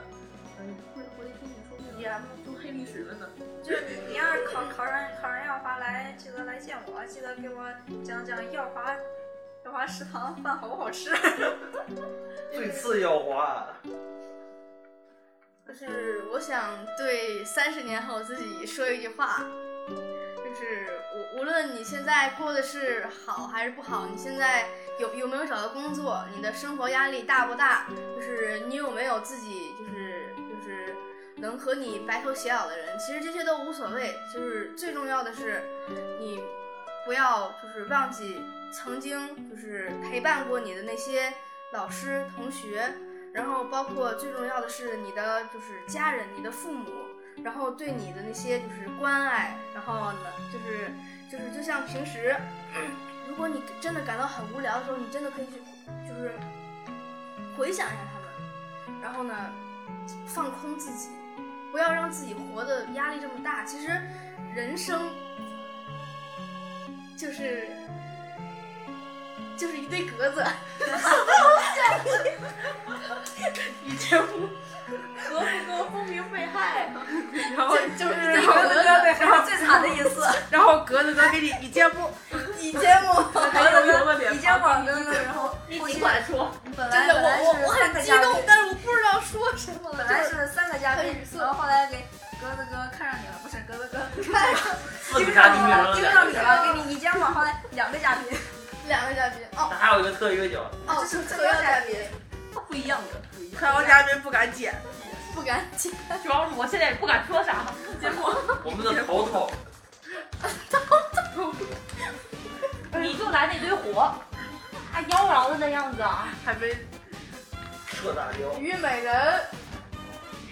[SPEAKER 4] 嗯，会回来听你说这个，都黑历史了呢。
[SPEAKER 6] 就是你，你要是考考上考上耀华来，记得来见我，记得给我讲讲耀华耀华食堂饭好不好吃。
[SPEAKER 9] 最次要花。
[SPEAKER 8] 就是我想对三十年后自己说一句话，就是无无论你现在过的是好还是不好，你现在有有没有找到工作，你的生活压力大不大，就是你有没有自己就是就是能和你白头偕老的人，其实这些都无所谓，就是最重要的是你不要就是忘记曾经就是陪伴过你的那些老师同学，然后包括最重要的是你的就是家人，你的父母，然后对你的那些就是关爱，然后呢就是就是就像平时，如果你真的感到很无聊的时候，你真的可以去就是回想一下他们，然后呢放空自己，不要让自己活的压力这么大。其实人生就是就是一堆格子。
[SPEAKER 5] 一千五，
[SPEAKER 4] 何不哥不明被害，
[SPEAKER 5] 然后就是然后
[SPEAKER 4] 格子
[SPEAKER 5] 格子，然后
[SPEAKER 6] 最惨的一次，
[SPEAKER 5] 然后格子哥给你一千
[SPEAKER 4] [LAUGHS]
[SPEAKER 5] 步，
[SPEAKER 8] 你见过？
[SPEAKER 4] 还有了脸
[SPEAKER 6] 你见过哥哥，然后
[SPEAKER 4] 你尽管说，
[SPEAKER 6] 本来
[SPEAKER 8] 真的，
[SPEAKER 6] 本来
[SPEAKER 8] 我我我
[SPEAKER 6] 是三
[SPEAKER 8] 很
[SPEAKER 6] 个
[SPEAKER 8] 激
[SPEAKER 6] 嘉
[SPEAKER 8] 动
[SPEAKER 6] 宾，，
[SPEAKER 8] 但是我不知道说什么了。
[SPEAKER 6] 本来是三个嘉宾
[SPEAKER 8] 很，色
[SPEAKER 6] 然后后来给格子哥看上你了，不是格子哥看上
[SPEAKER 7] 四个嘉宾变成了
[SPEAKER 6] 盯
[SPEAKER 7] 两
[SPEAKER 6] 上
[SPEAKER 7] 个
[SPEAKER 6] 你
[SPEAKER 7] 嘉
[SPEAKER 6] 了，给你一肩膀，后来两个嘉宾，
[SPEAKER 8] 就是两个嘉宾，
[SPEAKER 7] 宾，
[SPEAKER 8] 哦
[SPEAKER 7] 还有一个特约奖，
[SPEAKER 8] 哦，
[SPEAKER 6] 这是
[SPEAKER 8] 特邀嘉宾，
[SPEAKER 4] 不一样的，不一样
[SPEAKER 5] 特邀嘉宾不敢减，
[SPEAKER 8] 不敢接。
[SPEAKER 10] 主要是我现在也不敢说啥。
[SPEAKER 4] 的结果。
[SPEAKER 7] 我们的头头，
[SPEAKER 10] 你就来那堆火，还妖娆的那样子啊！
[SPEAKER 5] 还没
[SPEAKER 9] 射大雕，
[SPEAKER 8] 虞美人，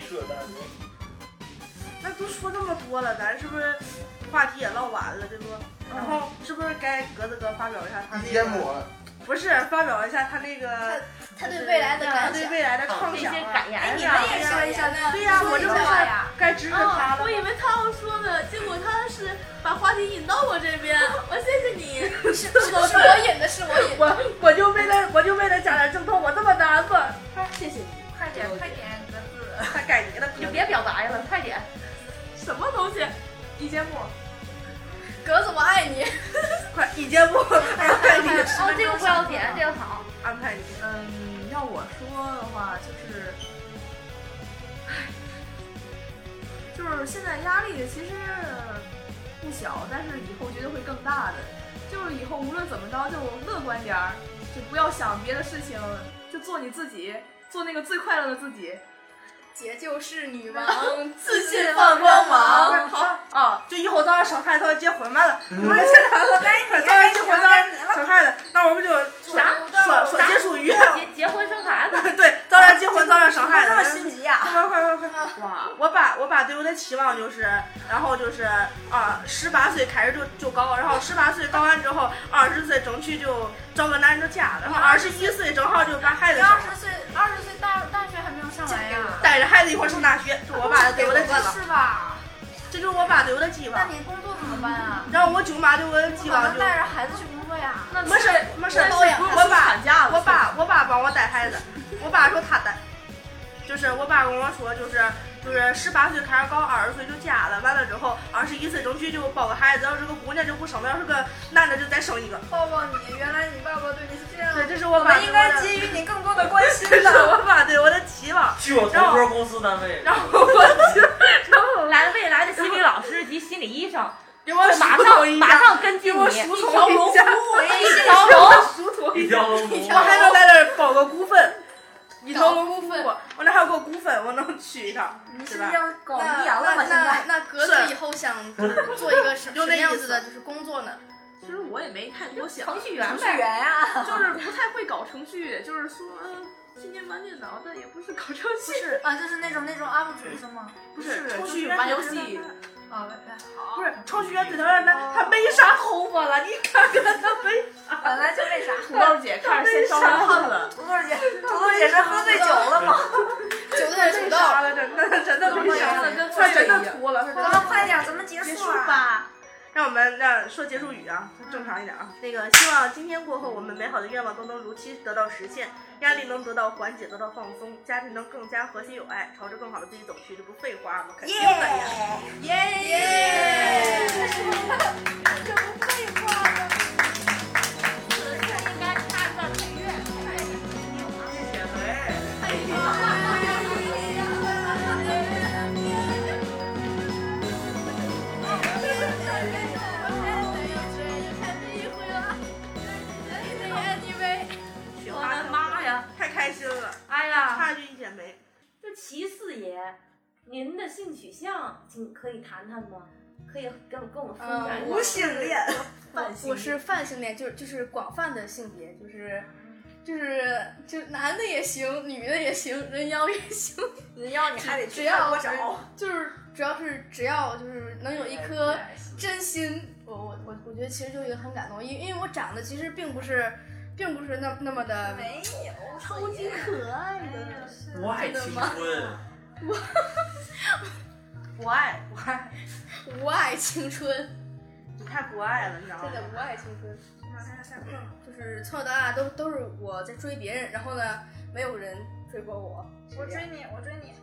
[SPEAKER 9] 射大雕。
[SPEAKER 5] 那都说这么多了，咱是不是话题也唠完了，对不？然后是不是该格子哥发表一下他
[SPEAKER 9] 一
[SPEAKER 5] 那
[SPEAKER 9] 肩
[SPEAKER 5] 个？
[SPEAKER 9] 抹，
[SPEAKER 5] 不是，发表一下他那个
[SPEAKER 8] 他对未来的
[SPEAKER 5] 他
[SPEAKER 8] 感
[SPEAKER 5] 对
[SPEAKER 8] 想。
[SPEAKER 5] 未来的
[SPEAKER 10] 这
[SPEAKER 5] 畅
[SPEAKER 10] 些
[SPEAKER 5] 想啊。
[SPEAKER 10] 感言
[SPEAKER 8] 你
[SPEAKER 10] 啊
[SPEAKER 8] 们，也说一下那
[SPEAKER 5] 对哎呀、我就
[SPEAKER 8] 说
[SPEAKER 5] 是
[SPEAKER 8] 一下呀。
[SPEAKER 5] 该指使他
[SPEAKER 4] 啊！
[SPEAKER 5] 了。
[SPEAKER 4] 我以为他要说呢，结果他是把话题引到我这边，我谢谢你。
[SPEAKER 8] [LAUGHS] 是是我引的，是我引的。
[SPEAKER 5] 我我就为了我就为了讲点正痛，我这么难吗？
[SPEAKER 10] 谢谢你，
[SPEAKER 6] 快点快点，格子，
[SPEAKER 5] 他改你了，
[SPEAKER 10] 你就别表白了，快点。
[SPEAKER 4] 什么东西？一节目，
[SPEAKER 8] 格子，我爱你。
[SPEAKER 5] 快一肩不安排你十
[SPEAKER 10] 哦，
[SPEAKER 5] 分
[SPEAKER 10] 这
[SPEAKER 5] 钟
[SPEAKER 10] 个不要紧，这个好。
[SPEAKER 5] 安排你。
[SPEAKER 4] 嗯，要我说的话，就是，唉，就是现在压力其实不小，但是以后绝对会更大的。就是以后无论怎么着，就乐观点儿，就不要想别的事情，就做你自己，做那个最快乐的自己。
[SPEAKER 8] 姐就是女王，
[SPEAKER 4] 自信放光芒。
[SPEAKER 5] 哦好啊，就一会儿到时候小太他要结婚嘛了，我们现在了，哎，到时候结婚了， [LAUGHS] 的期望就是，然后就是啊，十八岁开始就就高，然后十八岁高完之后，二十岁争取就找个男人嫁了，然后二十一岁正好就把孩子
[SPEAKER 8] 你
[SPEAKER 5] 生
[SPEAKER 8] 二
[SPEAKER 5] 了
[SPEAKER 8] 十岁，二十岁大大学还没有上完呀？
[SPEAKER 5] 带着孩子一块儿上大学，这
[SPEAKER 4] [LAUGHS]
[SPEAKER 5] 我
[SPEAKER 4] 哎
[SPEAKER 5] 爸对我的计划，
[SPEAKER 8] 是吧？
[SPEAKER 5] 这就是我爸对我的计划。
[SPEAKER 8] 那你工作怎么办啊？
[SPEAKER 5] 然后我舅妈对我的计
[SPEAKER 8] 不可
[SPEAKER 5] 划
[SPEAKER 8] 能
[SPEAKER 5] 就
[SPEAKER 8] 带着孩子去工作呀？
[SPEAKER 5] 没事儿没事儿，
[SPEAKER 8] 包养
[SPEAKER 5] 我爸我爸我爸帮我带孩子，我爸说他带，就是我爸跟我说就是就是十八岁开始搞，二十岁就嫁了，完了之后二十一岁争取就抱个孩子，要是个姑娘就不生了，要是个男的就再生一个。
[SPEAKER 6] 抱抱你，原来你爸爸对你是这样的。
[SPEAKER 5] 对，这是我爸
[SPEAKER 6] 们
[SPEAKER 5] 对
[SPEAKER 6] 应
[SPEAKER 5] 我
[SPEAKER 6] 该
[SPEAKER 5] 的
[SPEAKER 6] 给予你更多的关心
[SPEAKER 5] [LAUGHS] 这是
[SPEAKER 6] 的。
[SPEAKER 5] 我爸对我的期望。
[SPEAKER 7] 去我
[SPEAKER 5] 然
[SPEAKER 7] 同
[SPEAKER 5] 后
[SPEAKER 7] 桌公司单位，
[SPEAKER 5] 然后我就然后
[SPEAKER 10] 来未来的心理老师及心理医生，
[SPEAKER 5] 给 [LAUGHS] 我
[SPEAKER 10] 马
[SPEAKER 5] 疏通
[SPEAKER 10] 上
[SPEAKER 5] 一下
[SPEAKER 10] 马上跟进你，
[SPEAKER 5] 我
[SPEAKER 10] 一
[SPEAKER 5] 疏通
[SPEAKER 10] 条龙
[SPEAKER 5] 一下
[SPEAKER 10] 服务，
[SPEAKER 4] 哎
[SPEAKER 10] 一
[SPEAKER 5] 然
[SPEAKER 10] 条
[SPEAKER 5] 后
[SPEAKER 10] 龙。
[SPEAKER 5] 疏通
[SPEAKER 7] 一条龙服务
[SPEAKER 5] [LAUGHS] 我还能在这儿包个股份，一条龙服务，我那还有个股份，我能去一趟，
[SPEAKER 8] 你是
[SPEAKER 5] 是
[SPEAKER 8] 不是
[SPEAKER 5] 吧？
[SPEAKER 8] 要搞
[SPEAKER 6] 那
[SPEAKER 8] 一样了吧？现
[SPEAKER 6] 那
[SPEAKER 8] 在那格
[SPEAKER 5] 是
[SPEAKER 8] 子以后想做一个 [LAUGHS] 什
[SPEAKER 5] 就那
[SPEAKER 8] 什
[SPEAKER 5] 意
[SPEAKER 8] 么
[SPEAKER 5] 思
[SPEAKER 8] 样子的就是工作 [LAUGHS] 呢？
[SPEAKER 4] 其实我也没太多想，
[SPEAKER 10] 程序员
[SPEAKER 8] 程序员呀，
[SPEAKER 4] 就是不太会搞程序，就是说天天玩电脑，但也不是搞程序，
[SPEAKER 8] 啊，就是那种那种 UP 主是吗？
[SPEAKER 4] 不是
[SPEAKER 5] 程
[SPEAKER 4] 就
[SPEAKER 5] 序
[SPEAKER 4] 是
[SPEAKER 5] 员
[SPEAKER 4] 玩游
[SPEAKER 5] 对他
[SPEAKER 4] 戏。
[SPEAKER 8] 啊，喂喂
[SPEAKER 5] 不是程序员对头让他他没啥头发了，你看看他没
[SPEAKER 6] 本来就那啥。
[SPEAKER 4] 土豆姐看着先烧干胖子，
[SPEAKER 6] 土豆姐，土豆姐是喝醉酒了吗？
[SPEAKER 8] 九队土
[SPEAKER 5] 没
[SPEAKER 8] 豆，
[SPEAKER 5] 啥了，真的真的没啥了，他真的秃了，他真
[SPEAKER 6] 咱
[SPEAKER 5] 的
[SPEAKER 6] 们快点，咱们结束啊！
[SPEAKER 5] 吧。让我们让说结束语啊，正常一点啊。那个，希望今天过后，我们美好的愿望都能如期得到实现，压力能得到缓解，得到放松，家庭能更加和谐友爱，朝着更好的自己走去。这不废话吗？肯定的呀。雪
[SPEAKER 10] 我
[SPEAKER 5] 花
[SPEAKER 10] 的妈呀！
[SPEAKER 5] 太开心了，
[SPEAKER 10] 哎呀，
[SPEAKER 5] 差距一剪梅。
[SPEAKER 1] 就齐四爷，您的性取向，请可以谈谈吗？可以跟跟我分享一下吗。
[SPEAKER 5] 无性恋，
[SPEAKER 8] 我我是泛性恋，就是就是广泛的性别，就是就是就男的也行，女的也行，人妖也行，
[SPEAKER 6] 你要你还得
[SPEAKER 8] 只
[SPEAKER 6] 去泰
[SPEAKER 5] [LAUGHS]
[SPEAKER 8] 要
[SPEAKER 6] 国找。
[SPEAKER 8] 就是主要是只要就是能有一颗真心，我我我我觉得其实就已经很感动，因因为我长得其实并不是并不是那那么的
[SPEAKER 6] 没有，超级可爱的。
[SPEAKER 5] 嗯
[SPEAKER 7] 我爱青春，
[SPEAKER 5] 不爱不爱，
[SPEAKER 8] 无爱青春，
[SPEAKER 5] 你太不爱了，你知道
[SPEAKER 8] 真的
[SPEAKER 5] 吗？
[SPEAKER 8] 无爱青春。就是从小到大都都是我在追别人，然后呢，没有人追过我。
[SPEAKER 6] 我追你，我追你。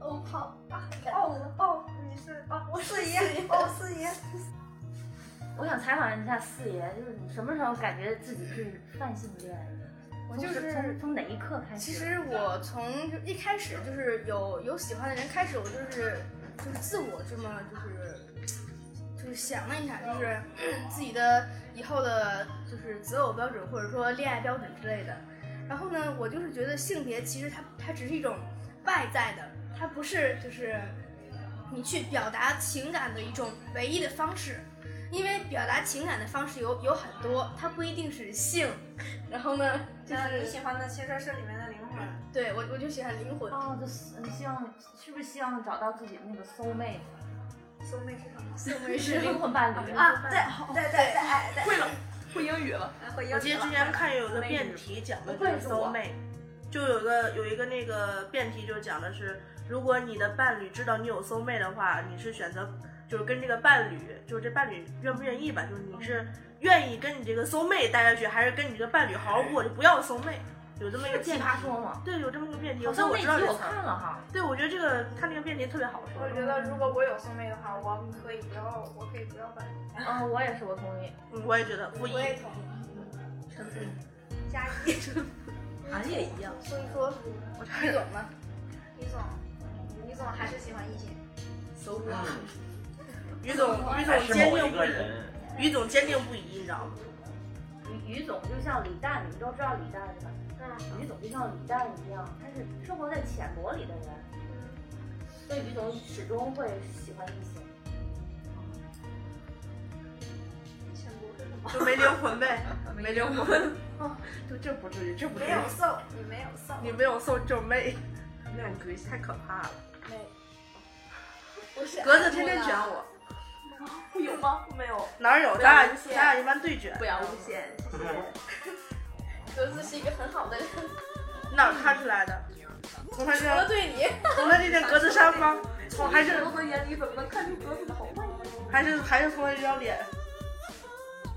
[SPEAKER 8] 哦，好，
[SPEAKER 6] 哦哦，你是哦，我四爷，哦四爷。
[SPEAKER 10] 我想采访一下四爷，就是你什么时候感觉自己是泛性恋？
[SPEAKER 8] 我就
[SPEAKER 10] 从
[SPEAKER 8] 是
[SPEAKER 10] 从从哪一刻开始？
[SPEAKER 8] 其实我从就一开始就是有有喜欢的人开始，我就是就是自我这么就是就是想了一下，就是 [COUGHS] 自己的以后的就是择偶标准或者说恋爱标准之类的。然后呢，我就是觉得性别其实它它只是一种外在的，它不是就是你去表达情感的一种唯一的方式。因为表达情感的方式有有很多，它不一定是性。然后呢，就
[SPEAKER 6] 那你
[SPEAKER 8] 是
[SPEAKER 6] 喜欢的其实是里面的灵魂。
[SPEAKER 8] 对我我就喜欢灵魂。
[SPEAKER 10] 哦，就是你希望是不是希望找到自己那个 soul mate，
[SPEAKER 6] 苏妹是什么？
[SPEAKER 8] 就没
[SPEAKER 10] 是灵魂伴侣？
[SPEAKER 6] 啊，对对对对
[SPEAKER 4] 会了，会英语了，
[SPEAKER 6] 对，会
[SPEAKER 5] 我
[SPEAKER 6] 英
[SPEAKER 5] 记
[SPEAKER 6] 语
[SPEAKER 5] 得之
[SPEAKER 6] 了。
[SPEAKER 5] 前看有一个辩题讲的就是骚妹，就有个有一个那个辩题就讲的是，如果你的伴侣知道你有骚妹的话，你是选择就是跟这个伴侣，就是这伴侣愿不愿意吧，就是你是愿意跟你这个骚妹待下去，还是跟你这个伴侣好好过，就不要骚妹。有这么一个
[SPEAKER 10] 奇
[SPEAKER 5] 辩题，
[SPEAKER 10] 葩说嘛，
[SPEAKER 5] 对，有这么一个辩题，
[SPEAKER 10] 好
[SPEAKER 5] 所以
[SPEAKER 10] 像
[SPEAKER 5] 我
[SPEAKER 10] 那集
[SPEAKER 5] 知道这
[SPEAKER 10] 我
[SPEAKER 5] 词
[SPEAKER 10] 看
[SPEAKER 5] 儿。
[SPEAKER 10] 了哈。
[SPEAKER 5] 对，我觉得这个他那个辩题特别好说
[SPEAKER 6] 我。觉得如果我有苏妹的话，我可以不要，我可以不要办。
[SPEAKER 10] 嗯，我也是，我同意。
[SPEAKER 5] 嗯我也觉得不一。
[SPEAKER 6] 同意。陈加一，
[SPEAKER 4] 俺也一样。
[SPEAKER 6] 所以说
[SPEAKER 8] 我差点懂了。
[SPEAKER 6] 李总，李总还是喜欢异性。
[SPEAKER 4] 搜狐啊，
[SPEAKER 5] 于总，于
[SPEAKER 7] 还
[SPEAKER 5] 总
[SPEAKER 7] 是
[SPEAKER 5] 坚
[SPEAKER 7] 某
[SPEAKER 5] 定
[SPEAKER 7] 一
[SPEAKER 5] 不
[SPEAKER 7] 个
[SPEAKER 5] 移，
[SPEAKER 7] 人。
[SPEAKER 5] 于总坚定不移，你知道吗？
[SPEAKER 10] 于于总就像李诞，你们都知道李诞是吧？
[SPEAKER 6] 嗯，
[SPEAKER 10] 于总就像李诞一样，他是生活在浅薄里的人，所以于总始终会喜欢异性。
[SPEAKER 6] 全部是什么？
[SPEAKER 5] 就没灵魂呗，
[SPEAKER 4] 没灵魂，
[SPEAKER 5] 就哦这不至于，这不至
[SPEAKER 6] 没
[SPEAKER 5] 于
[SPEAKER 6] 有。瘦，你没有瘦，
[SPEAKER 5] 你没有送就妹，那种可惜太可怕了。
[SPEAKER 6] 没
[SPEAKER 5] 格子天天卷我，
[SPEAKER 4] 有吗？没有，
[SPEAKER 5] 哪有？
[SPEAKER 4] 不要
[SPEAKER 5] 咱
[SPEAKER 4] 诬
[SPEAKER 5] 俩
[SPEAKER 4] 陷
[SPEAKER 5] 咱俩一般对卷。
[SPEAKER 4] 不要诬陷，谢谢。
[SPEAKER 8] 格子是一个很好的人，
[SPEAKER 5] 哪儿看出来的？从他这
[SPEAKER 8] 除了
[SPEAKER 5] 件，
[SPEAKER 8] 对你，
[SPEAKER 5] 从他这件格子衫吗？从还是
[SPEAKER 4] 罗德眼里怎么能看出格子的好坏呢？
[SPEAKER 5] 还是还是从他这张脸，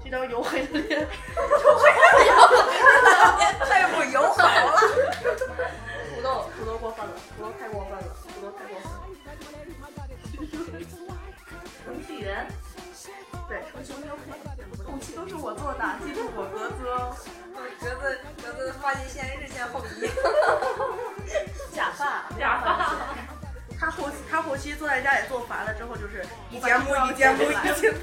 [SPEAKER 5] 这张黝黑的
[SPEAKER 4] 这
[SPEAKER 5] 脸，
[SPEAKER 4] 不友好了。土豆，土豆过分了，土豆太过分了，土豆太过分了。
[SPEAKER 10] 程序员，
[SPEAKER 4] 对，程序没有配，后期都是我做的，啊记住我格子哦。
[SPEAKER 6] 嗯格子格子发际线、日线、后移， [LAUGHS]
[SPEAKER 4] 假发，
[SPEAKER 10] 假发，
[SPEAKER 5] 他后他后期坐在家里做烦了之后，就是一节目一节目一节目，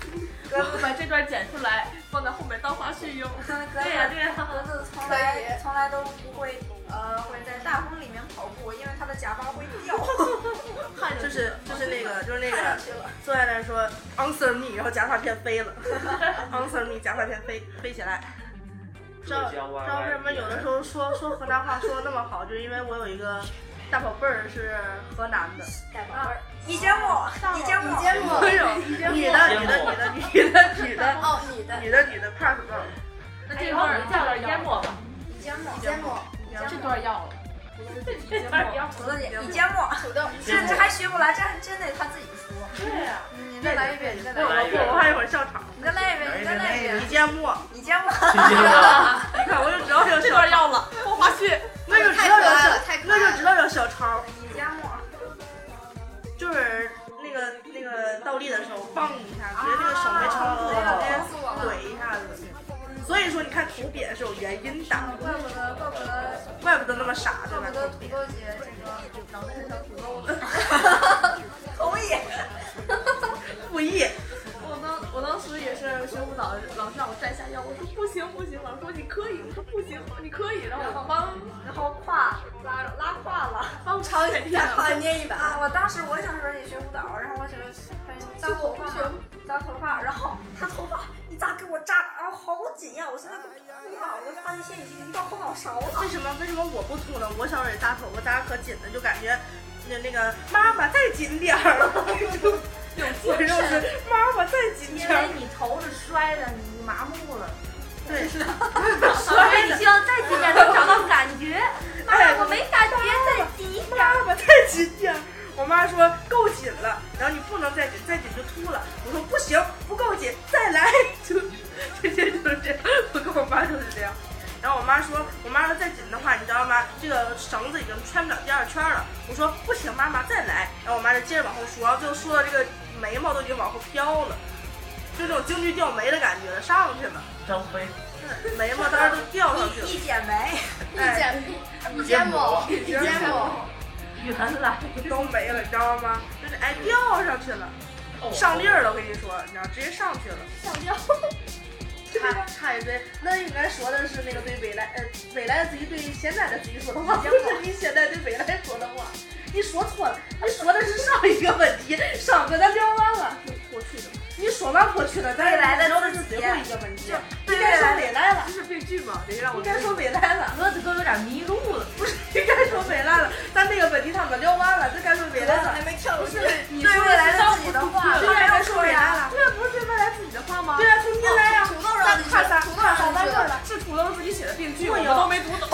[SPEAKER 4] 我把这段剪出来，放在后面当花絮用。
[SPEAKER 6] 格
[SPEAKER 10] 对呀对
[SPEAKER 6] 子
[SPEAKER 10] 呀，
[SPEAKER 6] 格子从来从来都不会呃会在大风里面跑步，因为他的假发会
[SPEAKER 5] [LAUGHS]
[SPEAKER 6] 掉。
[SPEAKER 5] 就是就是那个就是那个坐在那儿说 answer me，然后假发片飞了 [LAUGHS] ，answer me，假发片飞飞起来。知道
[SPEAKER 9] 浙
[SPEAKER 5] 知
[SPEAKER 9] 江 YY
[SPEAKER 5] 道为什么有的时候说说河南话说的那么好，就是因为我有一个大宝贝儿是河南的，
[SPEAKER 6] 一节目，一节目，
[SPEAKER 8] 你见过
[SPEAKER 5] 哎呦，女的女的女的女的女的
[SPEAKER 8] 哦，你的
[SPEAKER 5] 女的女的怕什么？
[SPEAKER 4] 那
[SPEAKER 10] 这段儿叫点淹没吧，
[SPEAKER 6] 一节目，
[SPEAKER 8] 你见过
[SPEAKER 4] 这段要了。
[SPEAKER 10] 这段儿要
[SPEAKER 6] 格子姐，一节目，
[SPEAKER 8] 土豆，
[SPEAKER 6] 这这还学不来，这还真得他自己说。
[SPEAKER 5] 对呀，
[SPEAKER 6] 你再来一遍，你再
[SPEAKER 5] 我
[SPEAKER 6] 来一遍，
[SPEAKER 5] 我我怕一会儿笑场。
[SPEAKER 6] 你再来一遍，你再
[SPEAKER 8] 哎
[SPEAKER 6] 来一遍
[SPEAKER 5] 你，芥末，
[SPEAKER 6] 一节目。
[SPEAKER 5] 你看我就知道要
[SPEAKER 4] 这
[SPEAKER 5] 笑
[SPEAKER 4] 段
[SPEAKER 5] 场，
[SPEAKER 4] 要了，放花絮。
[SPEAKER 5] 那就知
[SPEAKER 8] 太
[SPEAKER 5] 道
[SPEAKER 8] 可
[SPEAKER 5] 要
[SPEAKER 8] 爱
[SPEAKER 5] 笑，
[SPEAKER 8] 了，太可
[SPEAKER 5] 那
[SPEAKER 8] 爱
[SPEAKER 5] 就知
[SPEAKER 8] 了。
[SPEAKER 5] 道要笑场。
[SPEAKER 6] 你家木，
[SPEAKER 5] 就是那个那个倒立的时候，棒一下，直接那个手被超
[SPEAKER 8] 哦
[SPEAKER 5] 了，直接怼一下子。所以说，你看土扁是有原因的，
[SPEAKER 6] 怪不得，怪不得，
[SPEAKER 5] 怪不得那么傻，对
[SPEAKER 6] 怪不
[SPEAKER 5] 吧？
[SPEAKER 6] 得
[SPEAKER 5] 土
[SPEAKER 6] 土
[SPEAKER 5] 扁
[SPEAKER 6] 豆姐这个脑袋是小土豆子。同意。
[SPEAKER 5] 故意，
[SPEAKER 4] 我当我当时也是学舞蹈，老师让我摘下腰，我说不行不行，老师说你可以，我说不行，你可以，然后我帮，然后胯拉拉胯了，帮我朝前
[SPEAKER 8] 大跨
[SPEAKER 4] 胯，
[SPEAKER 8] 捏一把，
[SPEAKER 6] 啊，我当时我想说你学舞蹈，然后我想扎头发，扎头发，然后他头发你咋给我扎了？然后好紧呀！我现在都秃了，我的发际线已经到后脑勺了。
[SPEAKER 5] 为什么为什么我不秃呢？我小时候也扎头发，扎可紧了，就感觉那那个妈妈再紧点儿，哎我 [LAUGHS] 就是 [LAUGHS] 妈妈再紧
[SPEAKER 10] 因
[SPEAKER 5] 点儿
[SPEAKER 10] 为，你头是摔的，你麻木了，
[SPEAKER 5] 对，
[SPEAKER 10] 所以你需要再紧点能找到感觉。妈
[SPEAKER 5] 哎
[SPEAKER 10] 妈，我没感觉，再紧一点。
[SPEAKER 5] [LAUGHS] 妈妈太紧点儿。我妈说够紧了，然后你不能再紧，再紧就秃了。我说不行，不够紧，再来， [LAUGHS] 就直接就是这样。我跟我妈就是这样。然后我妈说，我妈说再紧的话，你知道吗？这个绳子已经穿不了第二圈了。我说不行，妈妈再来。然后我妈就接着往后说，然后最后说到这个眉毛都已经往后飘了，就那种京剧吊眉的感觉了，上去
[SPEAKER 8] [LAUGHS]
[SPEAKER 5] 了，
[SPEAKER 7] 张飞，
[SPEAKER 5] 眉毛当然都吊上去了。
[SPEAKER 6] 一剪梅，
[SPEAKER 8] 一
[SPEAKER 5] 哎
[SPEAKER 8] 见一见某，一见某，
[SPEAKER 10] 原来
[SPEAKER 5] 都没了，你知道吗？就是哎吊上去了，上粒儿了，我跟你说，你知道直接哦上去了， [LAUGHS] 上吊。差差一堆，那应该说的是那个对未来，呃，未来的自己对现在的自己说的话，不是你现在对未来说的话。你说错了，你说的是上一个问 [LAUGHS] 题，上个咱聊完了，就过去的。你说完过去了，咱
[SPEAKER 6] 未来的
[SPEAKER 5] 聊的啊是
[SPEAKER 6] 自己
[SPEAKER 5] 最后一个问题，
[SPEAKER 6] 对
[SPEAKER 5] 应该说未来了
[SPEAKER 4] 这，是病句嘛，得让我
[SPEAKER 5] 应该说未来了，
[SPEAKER 10] 鸽子哥有点迷路了。
[SPEAKER 5] 不是应该说未来了。咱那个问题他们聊完了，咱该说未来了。
[SPEAKER 6] 没跳出去。
[SPEAKER 4] 你
[SPEAKER 6] 对未来的自己的话，
[SPEAKER 5] 对呀，
[SPEAKER 6] 没
[SPEAKER 5] 该
[SPEAKER 6] 有
[SPEAKER 5] 说
[SPEAKER 6] 说
[SPEAKER 5] 未来
[SPEAKER 6] 呀。
[SPEAKER 5] 了。
[SPEAKER 4] 这不是对未来自己的话吗？
[SPEAKER 5] 对，啊，重新来呀！
[SPEAKER 6] 土豆让你
[SPEAKER 5] 看啥？
[SPEAKER 6] 土豆让你说
[SPEAKER 4] 是土豆自己写的病句，
[SPEAKER 5] 我
[SPEAKER 4] 我
[SPEAKER 5] 们
[SPEAKER 4] 们
[SPEAKER 5] 都
[SPEAKER 4] 都没读懂。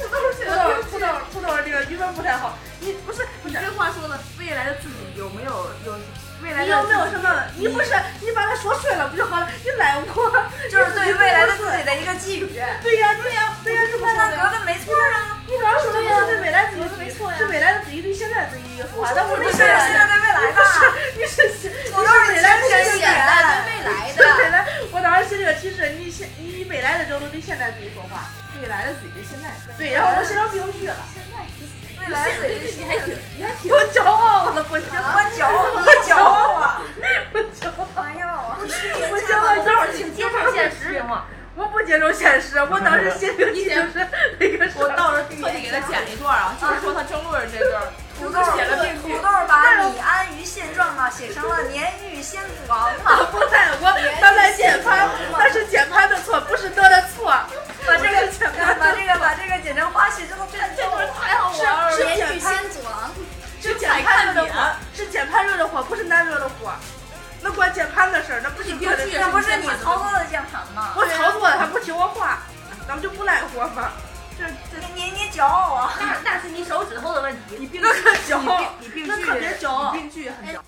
[SPEAKER 4] 土豆写
[SPEAKER 5] 土
[SPEAKER 4] 的
[SPEAKER 5] 豆
[SPEAKER 4] 病，句
[SPEAKER 5] 土豆，土豆，这个语文不太好。你不是不
[SPEAKER 4] 你
[SPEAKER 5] 是，
[SPEAKER 4] 这话说的，未来的自己有没有有未来
[SPEAKER 5] 你
[SPEAKER 4] 的
[SPEAKER 5] 有没有什么？你不是你把它说顺了不就好了？你赖我，
[SPEAKER 6] 就是对未来的自己的一个寄语。
[SPEAKER 5] 对呀对呀对呀，是不是？
[SPEAKER 6] 那格子没错啊，
[SPEAKER 5] 你老说的是对未来自己的没错呀，是未来的自己对现在自己一个说法，那不
[SPEAKER 6] 你是
[SPEAKER 5] 是
[SPEAKER 6] 现在对未来的，
[SPEAKER 5] 你是你是
[SPEAKER 6] 土豆是
[SPEAKER 5] 未来的
[SPEAKER 6] 现在对未来的。
[SPEAKER 5] 未来，我当时写这个提示，你现你以未来的角度对现在自己说话，
[SPEAKER 4] 未来的自己对现在？
[SPEAKER 5] 对，然后我写成病句了，
[SPEAKER 6] 未来自己是现在，
[SPEAKER 5] 我骄傲了，我骄傲，
[SPEAKER 6] 我骄傲，我骄傲啊！
[SPEAKER 5] 我骄傲。
[SPEAKER 6] 哎呀，我
[SPEAKER 5] 我骄傲，
[SPEAKER 10] 一会儿请接受现实行吗？
[SPEAKER 5] 我不接受现实，我当时心里就是那个
[SPEAKER 4] 我
[SPEAKER 5] 啥。
[SPEAKER 4] 到时候特地给他剪了一段啊，就是说他争论这段儿，
[SPEAKER 6] 土豆
[SPEAKER 4] 写了病
[SPEAKER 6] 土
[SPEAKER 4] 句
[SPEAKER 6] 豆。把你安于现状嘛写成了年逾仙祖王嘛，
[SPEAKER 5] 不在我刚才简潘，那是简潘的错，不是他的错。
[SPEAKER 6] 把这
[SPEAKER 5] 我
[SPEAKER 6] 个
[SPEAKER 5] 是简单
[SPEAKER 6] 把这个把这个剪成花絮，这都这
[SPEAKER 4] 这段儿太好玩儿了，
[SPEAKER 5] 是
[SPEAKER 8] 年逾仙祖王，
[SPEAKER 5] 是简潘大热的火，那关键潘的事儿，那不是你的事儿，
[SPEAKER 4] 那不是你操作的酱场吗？
[SPEAKER 5] 我操作的，他不听我话，咱们就不赖活吗？这这
[SPEAKER 4] 你你骄傲啊！
[SPEAKER 11] 那那是你手指头的问题，
[SPEAKER 5] 那可骄傲，
[SPEAKER 4] 你病
[SPEAKER 5] 那可别骄傲，
[SPEAKER 4] 你病句很骄傲。